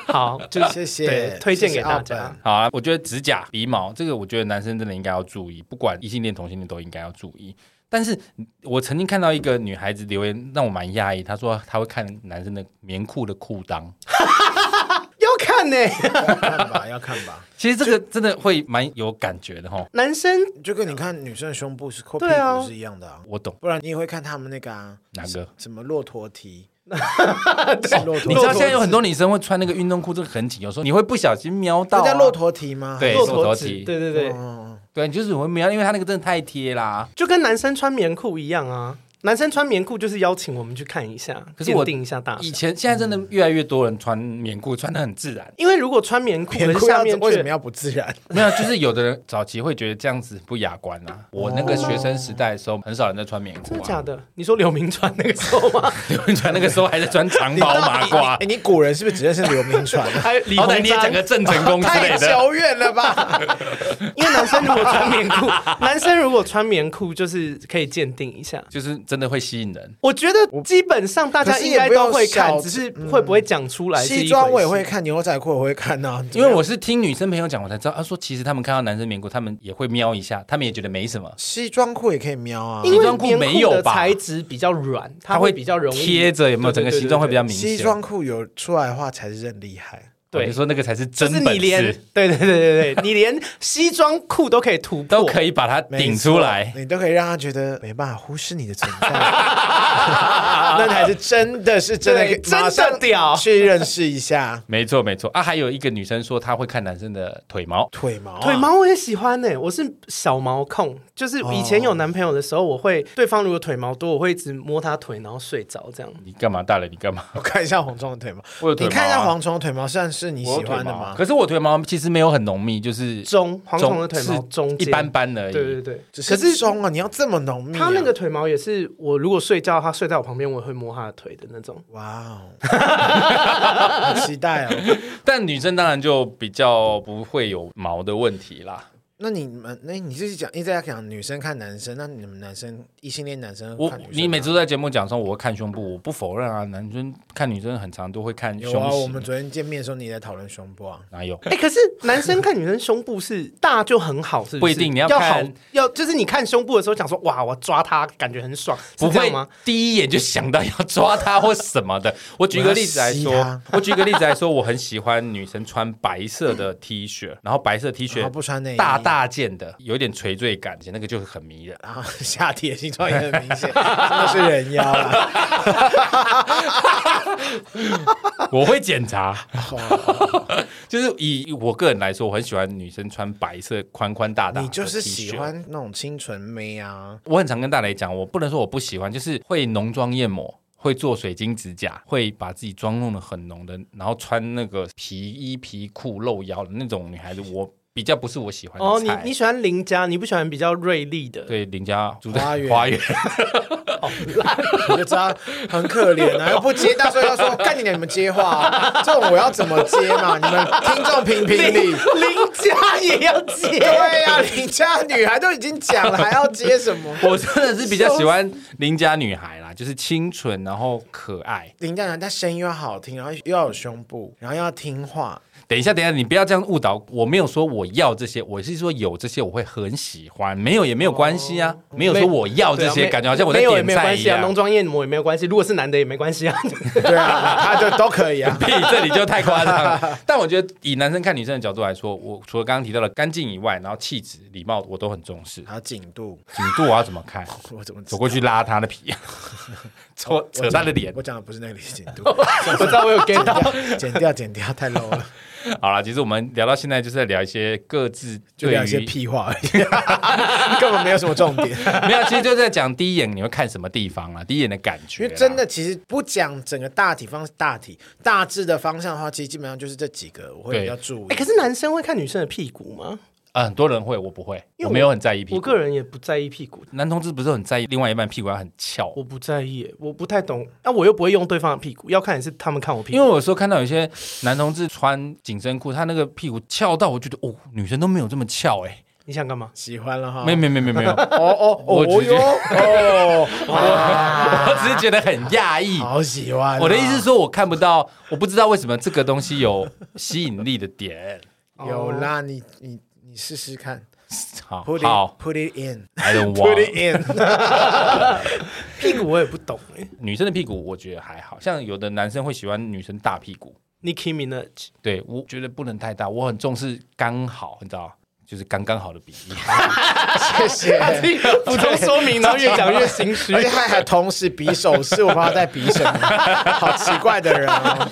好，就是 谢谢对推荐给大谢谢奥家本。好啊，我觉得指甲、鼻毛这个，我觉得男生真的应该要注意，不管异性恋、同性恋都应该要注意。但是我曾经看到一个女孩子留言，让我蛮讶异。她说她会看男生的棉裤的裤裆，要看呢、要看吧，要看吧。其实这个真的会蛮有感觉的哈。男生就跟你看女生的胸部是扣屁对啊股是一样的啊，我懂不然你也会看他们那个啊，哪个？什么骆驼蹄，对，骆你驼知骆驼道现在有很多女生会穿那个运动裤，这个很紧，有时候你会不小心瞄到、那啊。叫骆驼蹄吗？对骆骆驼驼子蹄，对对对，哦，对，你就是会瞄，因为它那个真的太贴啦。就跟男生穿棉裤一样啊。男生穿棉裤就是邀请我们去看一下，可是我鉴定一下大小以。前现在真的越来越多人穿棉裤，穿的很 自然。因为如果穿棉裤，可棉是裤下要面为什却么要不自然？没有，就是有的人早期会觉得这样子不雅观啊。我那个学生时代的时候，很少人在穿棉裤哦真的啊假，的？你说刘明川那个时候 吗？有人穿那个时候还在 穿长袍马褂哎，， 你古人是不是只认识刘铭传？还有李好鸿歹章你也讲个郑成功之类太的。久远了吧？因为男生如果穿棉 裤，男生如果穿棉裤就是可以鉴定一下。就是真的会吸引人，我觉得基本上大家应该都会看，可只是是嗯会不会讲出来是一回事。西装我也会看，牛仔裤我会看啊呐，因为我是听女生朋友讲，我才知道，她说其实他们看到男生棉裤，他们也会瞄一下，他们也觉得没什么，西装裤也可以瞄啊。因为西装裤棉没有的吧材质比较软，它它会比较容易贴着，有没有？整对对个对形状会比较明显。西装裤有出来的话才是真厉害。哦对你。说那个才是就真是本你连 事，对对对对对，你连西装裤都可以突破，都可以把它顶出来没。错你都可以让他觉得没办法忽视你的存 在，那才是真的是真对的，真的马上屌去认识一下没错没错啊，还有一个女生说她会看男生的腿毛，腿毛啊，腿毛我也喜欢呢、我是小毛控，就是以前有男朋友的时候，我会对方如果腿毛多，我会一直摸他腿，然后睡着这样。你干嘛大了？你干嘛？我看一下蝗虫的腿毛，我有腿你毛、啊，看一下蝗虫的腿毛，算是你我有喜腿欢的毛啊吗？可是我腿毛其实没有很浓密，就是中黄铜的腿毛是中一间般，般而已。对对对。只可是是中啊，你要这么浓密啊，他那个腿毛也是我如果睡觉，他睡在我旁边，我也会摸他的腿的那种。哇哦，好期待哦！ 但女生当然就比较不会有毛的问题啦。那你们，那你自己讲，一直在讲女生看男生，那你们男生异性恋男生我看女啊生吗，你每次都在节目讲说我会看胸部，我不否认啊，男生看女生很常都会看胸有啊？我型们，昨天见面的时候，你也在讨论胸部啊？哪有？哎、可是男生看女生胸部是大就很好，是不是一定你要要看好，要就是你看胸部的时候想说哇，我抓她感觉很爽，不是这样会吗？第一眼就想到要抓他或什么的。 我举个例子来我要说吸，我举个例子来说，我很喜欢女生穿白色的 T 恤，然后白色 T 然后恤啊不穿内衣，大大件的，有一点垂坠感，那个就是很迷人。然后 下体的形状也很 明显，真的是人妖啊！我会检查，哦 就是以我个人来说，我很喜欢女生穿白色宽宽大大。你就是喜。欢那种清纯妹啊， 我很常跟大雷讲，我不能说我不喜欢，就是会浓妆艳抹。会做水晶指甲，会把自己妆弄得很浓的，然后穿那个皮衣皮裤露腰的那种女孩子，我比较不是我喜欢哦，的你菜。你喜欢邻家，你不喜欢比较锐利的？对林家住在花园花园，我就知道很可怜啊，又不接，到时候要说干你娘，你们接话 啊，这种我要怎么接嘛？你们听众评评理。邻家也要 接，啊对呀、你家女孩都已经讲了，还要接什么？我真的是比较喜欢邻家女孩啦，就是清纯然后可爱。林家男，但声音又要好听，然后又要有胸部，然后又要听话。等一下，等一下，你不要这样误导。我没有说我要这些，我是说有这些我会很喜欢，没有也没有关系啊，没有说我要对这啊些，哦没感觉好像我在没有也点没有菜关一系啊，样浓。妆艳抹也没有关系，如果是男的也没关 系啊。对啊，他就都可以啊。屁，这里就太夸张了。但我觉得以男生看女生的角度来说，我除了刚刚提到的干净以外，然后气质、礼貌我都很重视。还有紧度，紧度我要怎么看？我怎么知走过去拉他的皮， 扯扯他的脸。我讲的不是那个紧 度，我知道我有 get 到，剪掉剪掉，太 low 了，好了，其实我们聊到现在就是在聊一些各自就对聊一些于屁话而 已，根本没有什么重 点。没有，其实就在讲第一眼你会看什么地方啊，第一眼的感觉因啦。为真的，其实不讲整个大体方大体大致的方向的话，其实基本上就是这几个我会比较注意哎、。可是男生会看女生的屁股吗？呃，很多人会，我不会，因为我我没有很在意屁我股。个人也不在意屁股，男同志不是很在意另外一半屁股要很翘，我不在意耶，我不太懂。那、我又不会用对方的屁股，要看也是他们看我屁因股。为我有时候看到有些男同志穿紧身裤，他那个屁股翘到，我觉得哦，女生都没有这么翘哎、你想干嘛？喜欢了哈， 没有没有没有没有没 有，哦哦我哦直接哟 哦，哇啊我只是觉得很讶异。好喜欢啊。我的意思是说，我看不到，我不知道为什么这个东西有吸引力的点。有啦，你你你试试看 好，put 好 it put it in，put ，I don't want。 it in。屁股我也不懂哎。女生的屁股我觉得还好，像有的男生会喜欢女生大屁股， Nicki Minaj，对我觉得不能太大，我很重视刚好，你知道，就是刚刚好的比 例。 谢谢。补充说明，然后越讲越心虚 而。且他还同时比手势，我不知道在比什么，好奇怪的人哦。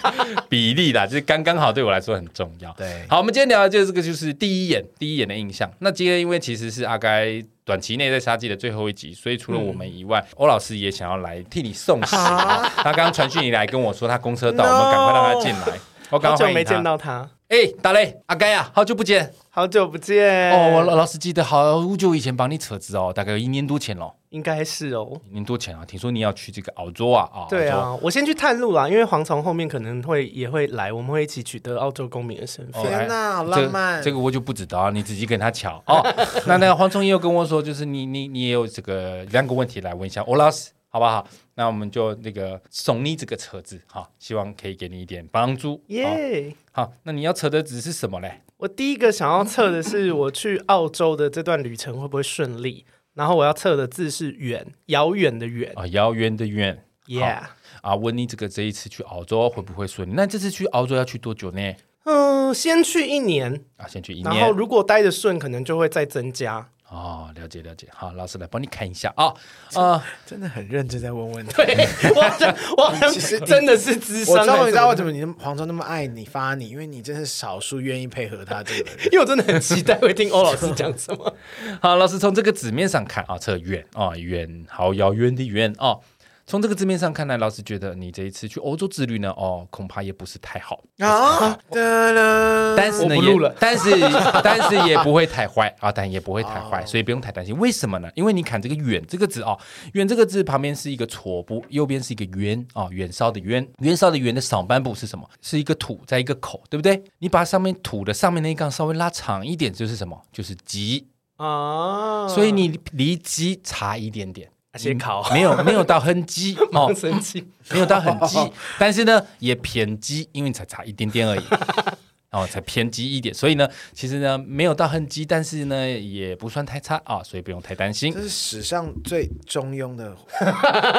比例啦，就是刚刚好，对我来说很重要。对好，我们今天聊的就是这个，就是第一眼，第一眼的印象。那今天因为其实是阿该短期内在杀季的最后一集，所以除了我们以外，嗯欧老师也想要来替你送行。啊他刚刚传讯你来跟我说他公车到，我们赶快让他进来。我刚好刚久欢迎没他见。到他，哎、打雷，阿该啊，好久不见。好久不见哦，我老老师记得好久以前帮你扯子哦，大概有一年多前咯。应该是哦。一年多前啊，听说你要去这个澳洲啊，啊，对澳洲啊，我先去探路啦，因为蝗虫后面可能会也会来，我们会一起取得澳洲公民的身份。哦天哪哎好这个浪漫这个我就不知道啊，你自己跟他瞧哦。 那那个黄忠义又跟我说，就是你你你也有这个两个问题来问一下欧老师，好不好？那我们就那个送你这个车子，好，希望可以给你一点帮助。耶、好好，那你要扯的值是什么嘞？我第一个想要测的是我去澳洲的这段旅程会不会顺利，然后我要测的字是远，遥远的远。啊，遥远的远 Yeah，啊，问你这个这一次去澳洲会不会顺利？那这次去澳洲要去多久呢？嗯，先去一年，啊，先去一然后年如果待得顺，可能就会再增加。哦，了解了解。好，老师来帮你看一下啊啊， 真的很认真在问问题。对，我好像我好像其实你真的是资深， 我终于知道还为是什么你那么黄忠那么爱你发你，因为你真是少数愿意配合他这个 人。因为我真的很期待会听欧老师讲什么。好，老师从这个纸面上看啊，测远啊，远，好遥远的远啊。从这个字面上看来，老师觉得你这一次去欧洲之旅呢，哦，恐怕也不是太好， 啊，哒啦但是呃呢，我不录也了但是 但是也不会太坏啊，但也不会太哦坏，所以不用太担心。为什么呢？因为你看这个“远”这个字哦，“远”这个字旁边是一个错部，右边是一个“圆”啊，远烧的“圆”，圆烧的“圆”的上半部是什么？是一个土，在一个口，对不对？你把上面土的上面那一杠稍微拉长一点，就是什么？就是吉。啊， 所以你离鸡差一点点，写考没有没有到很鸡哦忙，神经，没有到很鸡，但是呢也偏鸡，因为才差一点点而已。哦，才偏激一点，所以呢，其实呢没有到很激，但是呢也不算太差啊、所以不用太担心这是史上最中庸的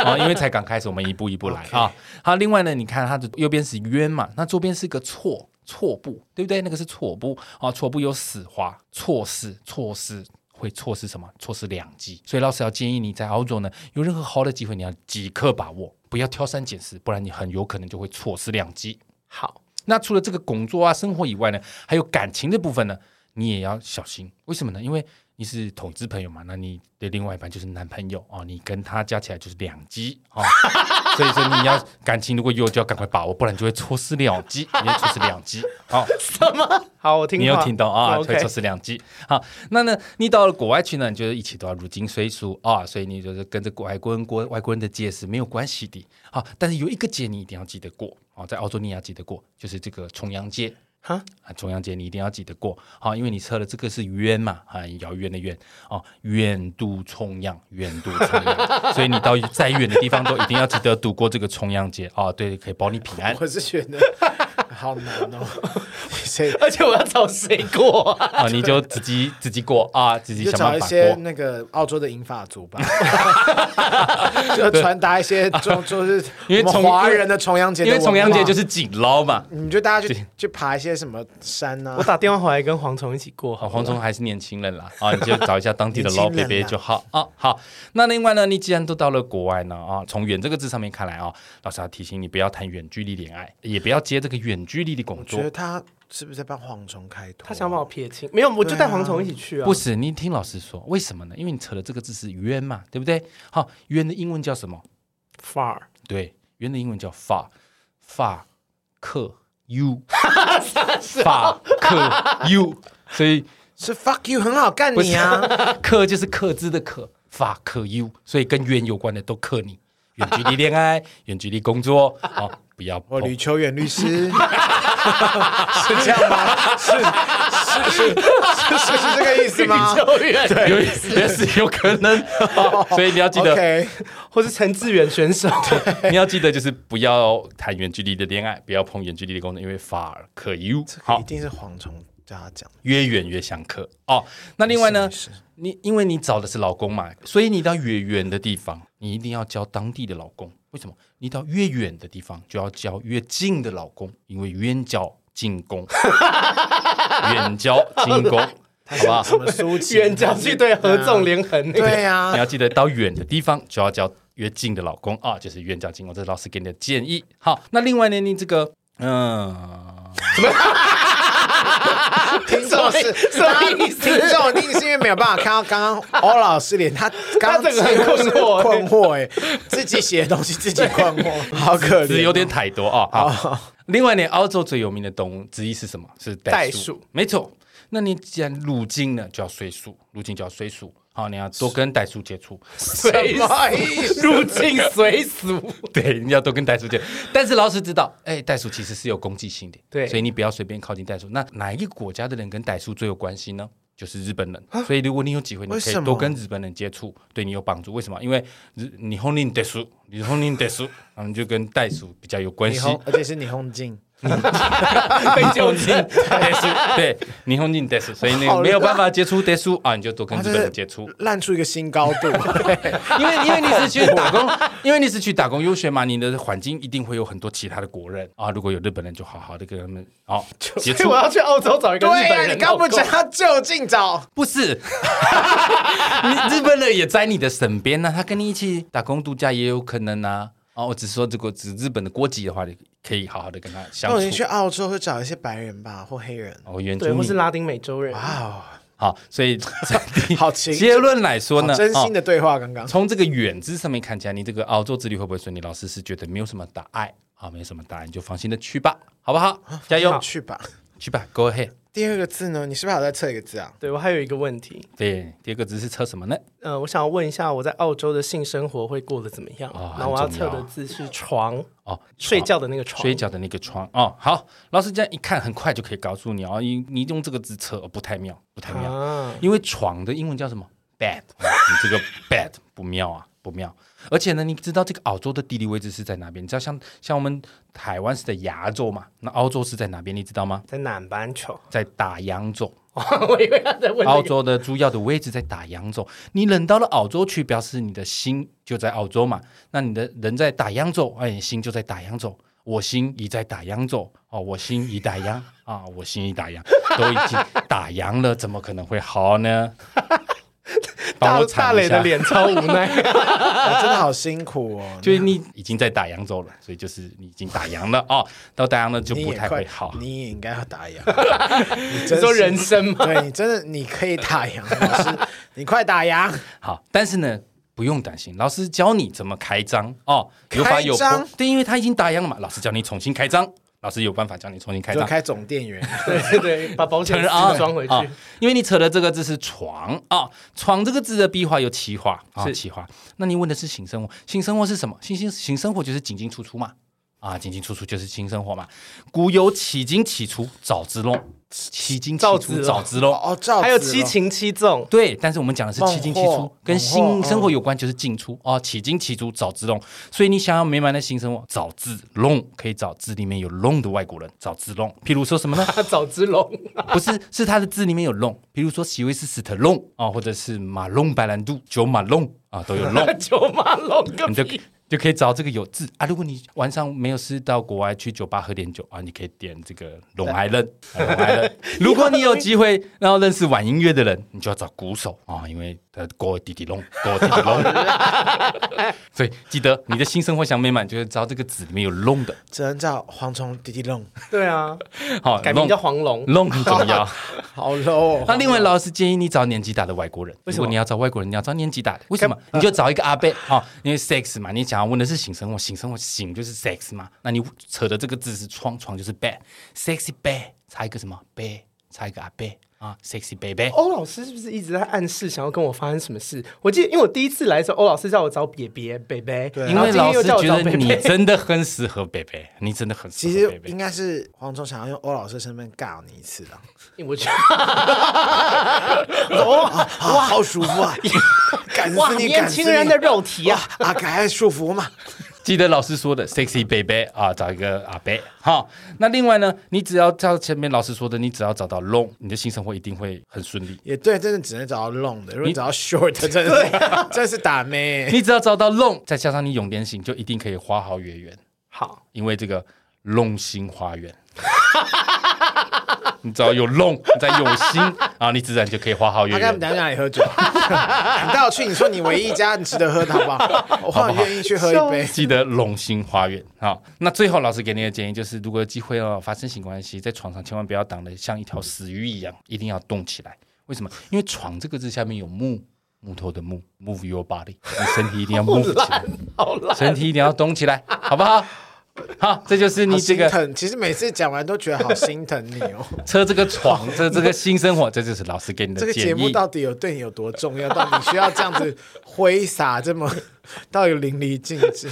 啊、因为才刚开始，我们一步一步来啊、好，另外呢，你看它的右边是冤嘛，那左边是个错错部，对不对？那个是错部啊，错部有死花，错失错失。会错失什么？错失两机，所以老师要建议你在澳洲呢，有任何好的机会，你要即刻把握，不要挑三拣四，不然你很有可能就会错失两机。好，那除了这个工作啊、生活以外呢，还有感情的部分呢，你也要小心。为什么呢？因为你是同志朋友嘛，那你的另外一半就是男朋友哦，你跟他加起来就是两鸡哦，所以说你要感情如果有就要赶快把握，不然就会错失两鸡，你会错失两鸡哦。好，我听话，你有听到啊？ OK 推测是两季。好，那呢，你到了国外去呢，你就是一切都要入境随俗啊，所以你就是跟着外国人国外国人的节是没有关系的。好，但是有一个节你一定要记得过啊，在澳洲你也要记得过，就是这个重阳节。哈啊，重阳节你一定要记得过，好、因为你测的这个是冤嘛，啊，遥远的冤哦，远渡重洋，远渡重 洋，所以你到再远的地方都一定要记得度过这个重阳节啊、对，可以保你平安。我是觉 得好难哦，谁 而且我要找谁过啊？啊，你就自己自己过啊，自己就想找办一法些过。那个澳洲的银发 族吧，就传达一些 中就是因为我们重华人的重阳节的因为文化，重阳节就是紧捞嘛。你就大家去去爬一些什么山啊 我，打电话回来跟蝗虫一起过，好，好，哦蝗虫还是年轻人 啦，啊，你就找一下当地的老年轻伯人伯啦就好啊。好，那另外呢，你既然都到了国外呢，啊，从远这个字上面看来啊，老师要提醒你不要谈远距离恋爱，也不要接这个远距离的工觉作得。他是不是在帮蝗虫开脱？他想把我撇清，没有，我就带蝗虫一起去啊。 不是，你听老师说，为什么呢？因为你扯的这个字是冤嘛，对不对？好，冤的英文叫什么？ far，对，原的英文叫法法克 u，法啊克 u，所以是 fuck you 很好干你啊， 克就是克制的克，法克 u，所以跟冤有关的都克你。远距离恋爱，远距离工作， 好、不要我碰。 吕秋远律师哦 是这样吗？是是是是是是这个意思吗？ 有也是有可能， 好所以你要记得， OK， 或是陈志远选 手，你要记得就是不要谈远距离的恋爱，不要碰远距离的工作，因为法克 u 好一定是蝗虫叫他讲的。越远越相克哦。那另外呢没事没事，你因为你找的是老公嘛，所以你到越远的地方，你一定要交当地的老公。为什么？你到越远的地方就要交越近的老公，因为远交近攻，远交近攻，好啊不好？什么苏琪远角去对合纵连横那个。对呀、你要记得到远的地方就要交越近的老公啊，就是远交近攻，这是老师给你的建议。好，那另外呢，你这个嗯。听众是什么意思听众一定是因为没有办法看到刚刚欧老师脸，他刚刚他整个很困惑困惑哎、 自己写的东西自己困惑，好可只怜，有点太多啊。哦好，另外呢，澳洲最有名的动物之一是什么？是袋袋鼠鼠，没错。那你既然入境呢，就要随俗，入境就要随俗。好，你要多跟袋鼠接 触，随什么意思入境随俗，对，你要多跟袋鼠接触。但是老师知道，哎，袋鼠其实是有攻击性的，对所以你不要随便靠近袋鼠。那哪一个国家的人跟袋鼠最有关系呢？就是日本人，所以如果你有机会，你啊为可以什么多跟日本人接触，对你有帮助。为什么？因为日你红领袋鼠，你红领袋鼠，然后你就跟袋鼠比较有关你系。轰，而且是你轰进，被酒精。得数，对，霓虹镜得数，所以你好没有办法接触得数啊，你就多跟哇日这本人接触，烂出一个新高度，因为因为你是去打工，因为你是去打工游学嘛，你的环境一定会有很多其他的国人啊，如果有日本人就好好的跟他们哦所接以触我，要去澳洲找一个日 对呀、本人。你刚不讲他就近找，不是， 你日本人也在你的身边呢、他跟你一起打工度假也有可能啊。哦，我只是说这个只日本的国籍的话，你可以好好的跟他相那我先处去。澳洲会找一些白人吧，或黑人，哦，原住对，或民啊是拉丁美洲人，哇、哦，好，所以好情结论来说呢，好真心哦的对话刚刚。从这个远之上面看起来，你这个澳洲之旅会不会顺利？老师是觉得没有什么大碍啊，没有什么大碍，你就放心的去吧，好不好？加油，去吧。去吧，Go ahead。第二个字呢？你是不是还有在测一个字啊？ 对我还有一个问题，对，第二个字是测什么呢？呃，我想要问一下，我在澳洲的性生活会过得怎么样？哦然后我要很测重要的字是床，哦，睡床觉的那个床。睡觉的那个床哦。好，老师这样一看，很快就可以告诉你哦，你你用这个字测哦不太妙，不太妙，啊，因为床的英文叫什么？bed，你这个 bed 不妙啊，不妙。而且呢，你知道这个澳洲的地理位置是在哪边？你知道像像我们台湾是在亚洲嘛，那澳洲是在哪边？你知道吗？在南半球。在大洋洲。 我以为他 在问、澳洲的猪药的位置在打洋洲，你冷到了澳洲去，表示你的心就在澳洲嘛。那你的人在打洋洲，哎，你心就在打洋洲。我心已在打洋洲，哦，我心已打洋啊，我心已打洋，都已经打洋了，怎么可能会好呢？帮大我大铲一磊的下，脸超无奈。我哎真的好辛苦哦。就是你已经在打洋洲了，所以就是你已经打洋了哦，到打洋了就你不也太快会好。啊你也应该要打烊。你你真说是人生吗？对你真的你可以打烊，老师，你快打烊。好，但是呢，不用担心，老师教你怎么开张哦，有法有开张破对，因为他已经打烊了嘛，老师教你重新开张，老师有办法教你重新开就张。开总电源， 对对对，把保险丝装回去。啊因为你扯的这个字是床啊、床这个字的笔画有七画啊、是七画。那你问的是性生活，性生活是什么？性性性生活就是进进出出嘛，啊，进进出出就是性生活嘛。古有起进起出，早之弄，起进起早出之早之弄，哦，照还有子七咯擒七纵，对，但是我们讲的是孟七进七获出，跟孟新获生活有关，就是进出哦，起进起出找自动。所以你想要美满的新生活，找自弄可以找字里面有弄的外国人，找自弄。譬如说什么呢？ 他早之龙，。不是，是他的字里面有弄，比如说席维斯史特弄啊，或者是马龙白兰度、九马弄啊，都有弄九马龙个你就屁！就可以找这个有字啊。如果你晚上没有事到国外去酒吧喝点酒啊，你可以点这个龙爱人，啊龙 爱人。如果你有机会然后认识玩音乐的人，你就要找鼓手啊，因为他国滴滴 龙，国滴滴龙。所以记得你的新生活想美满，就是找这个字里面有龙的，只能叫蝗虫滴滴弄，对啊，好改名叫黄龙。龙很重 要。好 low 那哦。另外，老师建议你找年纪大的外国人。为什么呃如果你要找外国人，你要找年纪大的。为什么？你就找一个阿伯啊、哦，因为 sex 嘛，你想要问的是性生活，性生活性就是 sex 嘛。那你扯的这个字是床，床就是 bed，sexy bed，差一个什么 bed，差一个阿伯啊，sexy baby。欧老师是不是一直在暗示想要跟我发生什么事？我记得，因为我第一次来的时候，欧老师叫我找别别贝贝，对啊因然后为今天老又师叫我觉找得贝你贝，真的很适合 baby，你真的很适其合实 baby 应。该是蝗虫想要用欧老师的身份尬你一次的。 我觉得哇， 哇，好舒服啊！ 感哇，谢你，年感谢轻你人的肉体啊！啊，感谢舒服嘛。记得老师说的 sexy baby 啊，找一个阿伯哈。那另外呢，你只要照前面老师说的，你只要找到 long，你的性生活一定会很顺利。也对，真的只能找到 long 的，如果你找到 short 的，真的啊是真是打妹。 你只要找到弄，再加上你永联行，就一定可以花好月圆，好，因为这个弄心花园。 你只要有弄，你再有心啊，你自然就可以花好月他跟他们圆。讲哪里喝 酒？你带我去，你说你唯一一家你值得喝的好 不好？我很愿意去喝一杯。记得龙心花园啊！那最后老师给你的建议就是，如果有机会哦发生性关系，在床上千万不要挡得像一条死鱼一样，一定要动起来。为什么？因为床这个字下面有木，木头的木，move your body，你身体一定要 move 起来，好啦，身体一定要动起来，好不好？好，这就是好你这心个疼，其实每次讲完都觉得好心疼你哦。车这个床，这这个新生活，这就是老师 给你这的个节建目议。到底有对你有多重要？到底需要这样子挥洒，这么到底淋漓尽致？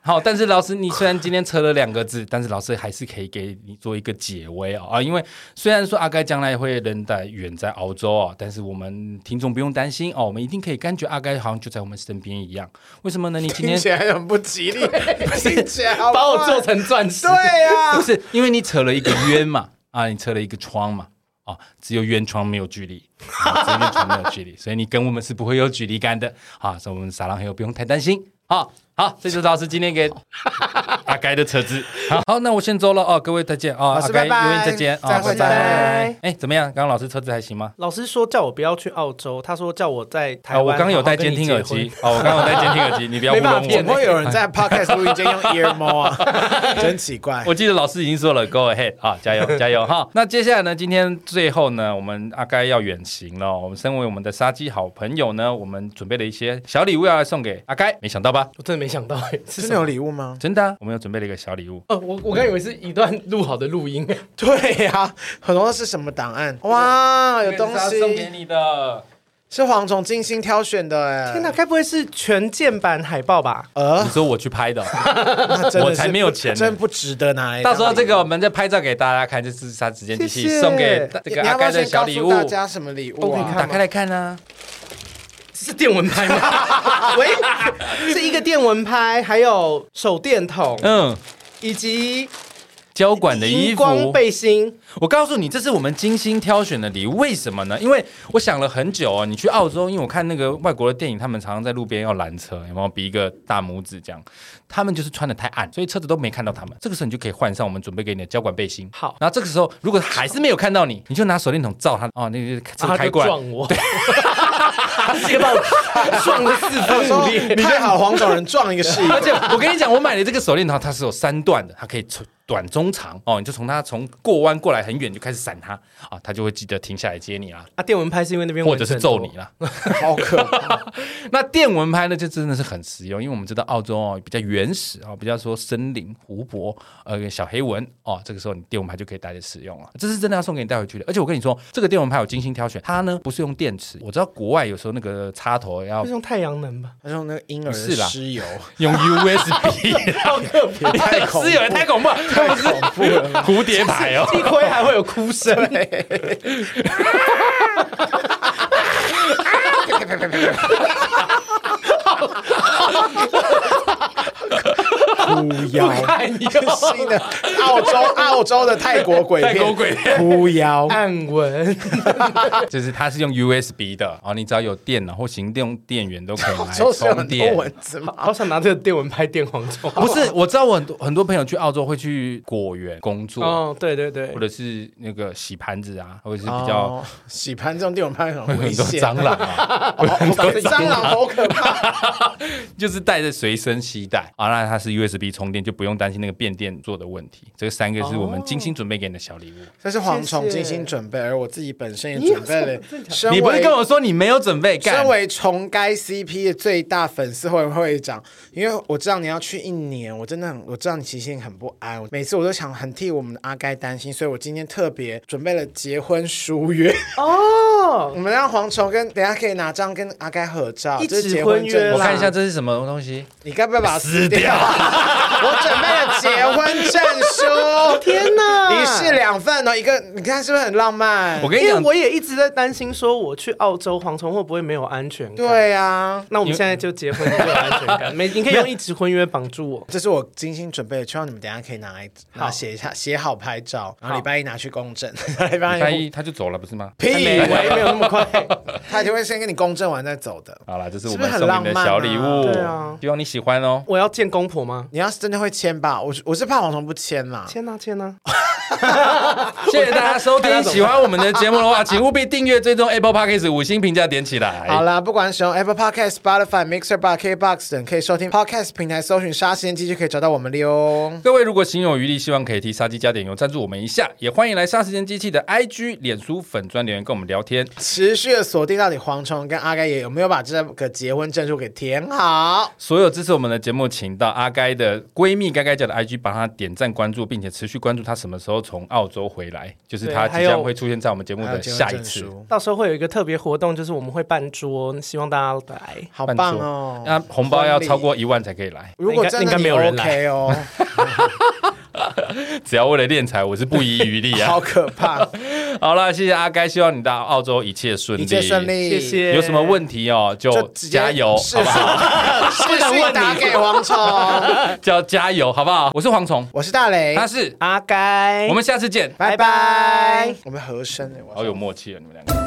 好，但是老师，你虽然今天扯了两个字，但是老师还是可以给你做一个解围哦、啊，因为虽然说阿该将来会人在远在澳洲哦，但是我们听众不用担心哦，我们一定可以感觉阿该好像就在我们身边一样。为什么呢？你今听天起来很不 吉利，听起来好把我坏做成钻石。对啊呀、不是因为你扯了一个冤嘛，啊，你扯了一个窗嘛，啊，只有冤窗没有距离，啊、只有冤窗没有距离，所以你跟我们是不会有距离感的啊，所以我们撒浪嘿友不用太担心啊。好，这就是老师今天给阿该的车子。好，好，那我先走了哦，各位再见哦，老阿师该，拜拜永远再见啊，再会拜拜。哎，怎么样？刚刚老师车子还行吗？老师说叫我不要去澳洲，他说叫我在台啊，湾。我刚有戴监听耳机，哦，我刚有戴监听耳机，你不要没糊办法弄骗 我怎。么会有人 在 podcast 录音间用 ear mo 啊？真奇怪。我记得老师已经说了，Go ahead 啊，加 油加油哈。那接下来呢，今天最后呢，我们阿该要远行了哦。我们身为我们的杀鸡好朋友呢，我们准备了一些小礼物要来送给阿该，没想到吧？我真的没想到哎、是真什么？的有礼物吗？真的啊、我们有准备了一个小礼物。哦，我我刚以为是一段录好的录音， 对呀、很多是什么档案？ 哇，有东这个是他送给西，你的，是蝗虫精心挑选的哎。天哪，，呃该不会是全键版海报吧？ 呃你，说我去拍 的哦，那真的我是才没有钱呢真不值得拿来当礼物。到时候这个我们再拍照给大家看，这是他直接机器谢谢送给这你个你阿要不该要的先小告礼诉物。大家什么礼物可以啊？看打开来看啊！是电蚊拍吗？ 喂，是一个电蚊拍，还有手电筒，嗯，以及交管的荧衣服，光背心。我告诉你，这是我们精心挑选的礼物，为什么呢？因为我想了很久哦。你去澳洲，因为我看那个外国的电影，他们常常在路边要拦车，有没有比一个大拇指这样？他们就是穿的太暗，所以车子都没看到他们。这个时候你就可以换上我们准备给你的交管背心。好然后这个时候如果还是没有看到你，你就拿手电筒照他，哦，那个车啊他开就过来，撞我，他直接把我撞了四分五 裂。说太好，黄种人撞一个 是一而个。且我跟你讲，我买的这个手链套它是有三段的，它可以从短、中、长哦，你就从它从过弯过来很远就开始闪它啊，它就会记得停下来接你啦，啊，电蚊拍是因为那边或者是蚊子很揍多你啦。 好可怕！ 那电蚊拍呢，就真的是很实用，因为我们知道澳洲哦比较原始哦，比较说森林、湖泊，呃，小黑蚊哦，这个时候你电蚊拍就可以带着使用了。这是真的要送给你带回去的，而且我跟你说，这个电蚊拍我精心挑选，它呢不是用电池，我知道国外有时候那个插头要 就是用太阳能吧？他用那个婴儿是的啦尸油，用 USB，好可怕！太恐怖室友也太恐 怖了，太恐怖了。蝴蝶牌 哦。 一挥还会有哭声， 哭腰， 看你新的澳洲澳洲的泰国鬼片，泰国鬼片哭 腰，暗纹， 就是它是用 USB 的哦，你只要有电脑或行动电源都可以拿来 就是有充很多电。蚊子哎嘛。 好想拿这个电蚊拍电蝗虫。不是，我知道我很多很多朋友去澳洲会去果园工作，哦，对对对或，者是那个洗盘子啊，或者是哦比较洗盘这种地方拍很 危很多险，蟑螂啊， 哦，哦蟑螂好可怕。就是带着随身携带啊。那它是 USB 充电，就不用担心那个变电做的问题。这三个是我们精心准备给你的小礼物。这是蝗虫谢谢精心准备，而我自己本身也准备了。身你不是为跟我说你没有准备干身？为虫该 CP 的最大粉丝会会长，因为我知道你要去一年，我真的很我知道你其实很不安，我每次我都想很替我们的阿该担心，所以我今天特别准备了结婚书约。哦，我们让蝗虫跟等一下可以拿张跟阿该合照，一这是纸结婚证约啦我看一下这是什么东西。你该不会把它撕撕掉 我准备了结婚证 书，天哪！ 一式两份哦，一个你看是不是很浪漫啊我？跟你因为讲，我也一直在担心，说我去澳洲蝗虫会不会没有安全感？，对啊，那我们现在就结婚没有安全 感，没，你可以用一纸婚约绑住我。这是我精心准备的，希望你们等一下可以拿来拿好写一下，写好拍照，然后好礼拜一拿去公证， 礼拜礼拜一一他就走了，不是吗？屁，哎没有没有那么快，他一定会先跟你公证完再走的。好啦，这是是我不是们很送你的浪漫小啊礼物，对啊希望你喜欢哦。 我要见公婆吗？你要是真的会签吧，我是我是怕黄虫不签啦。签啊签啊！谢谢大家收听，喜欢我们的节目的话，请务必订阅、追踪 Apple Podcast 五星评价点起哎来。好啦，不管使用 Apple Podcast、Spotify、Mixer Bar、KBox 等可以收听 Podcast 平台，搜寻“杀时间机”就可以找到我们了哟。各位如果心有余力，希望可以替杀鸡加点油赞助我们一下，也欢迎来杀时间机器的 IG、脸书粉专留言跟我们聊天。持续的锁定到底蝗虫跟阿该也有没有把这个结婚证书给填好。所有支持我们的节目，请到阿该的闺蜜该该叫的 IG 帮她点赞关注，并且持续关注她什么时候从澳洲回来，就是她对还即有将会出现在我们节目还有的结婚下一证次。书，到时候会有一个特别活动，就是我们会办桌，希望大家来。好办棒桌哦！那红包要婚礼超过一万才可以 来，如果真应的该你没有人来 OK 哦，只要为了练财，我是不遗余力啊！好可怕！好了，谢谢阿该，希望你到澳洲一切顺利，一切顺。利，谢谢。有什么问题哦，就就直接加油，是好不好？ 不能问打给蝗虫。叫加油，好不好？我是蝗虫， 我是大雷他，是，阿该？我们下次见。哎拜拜拜拜。我们和声哎，我哦好有默契啊，你们两个。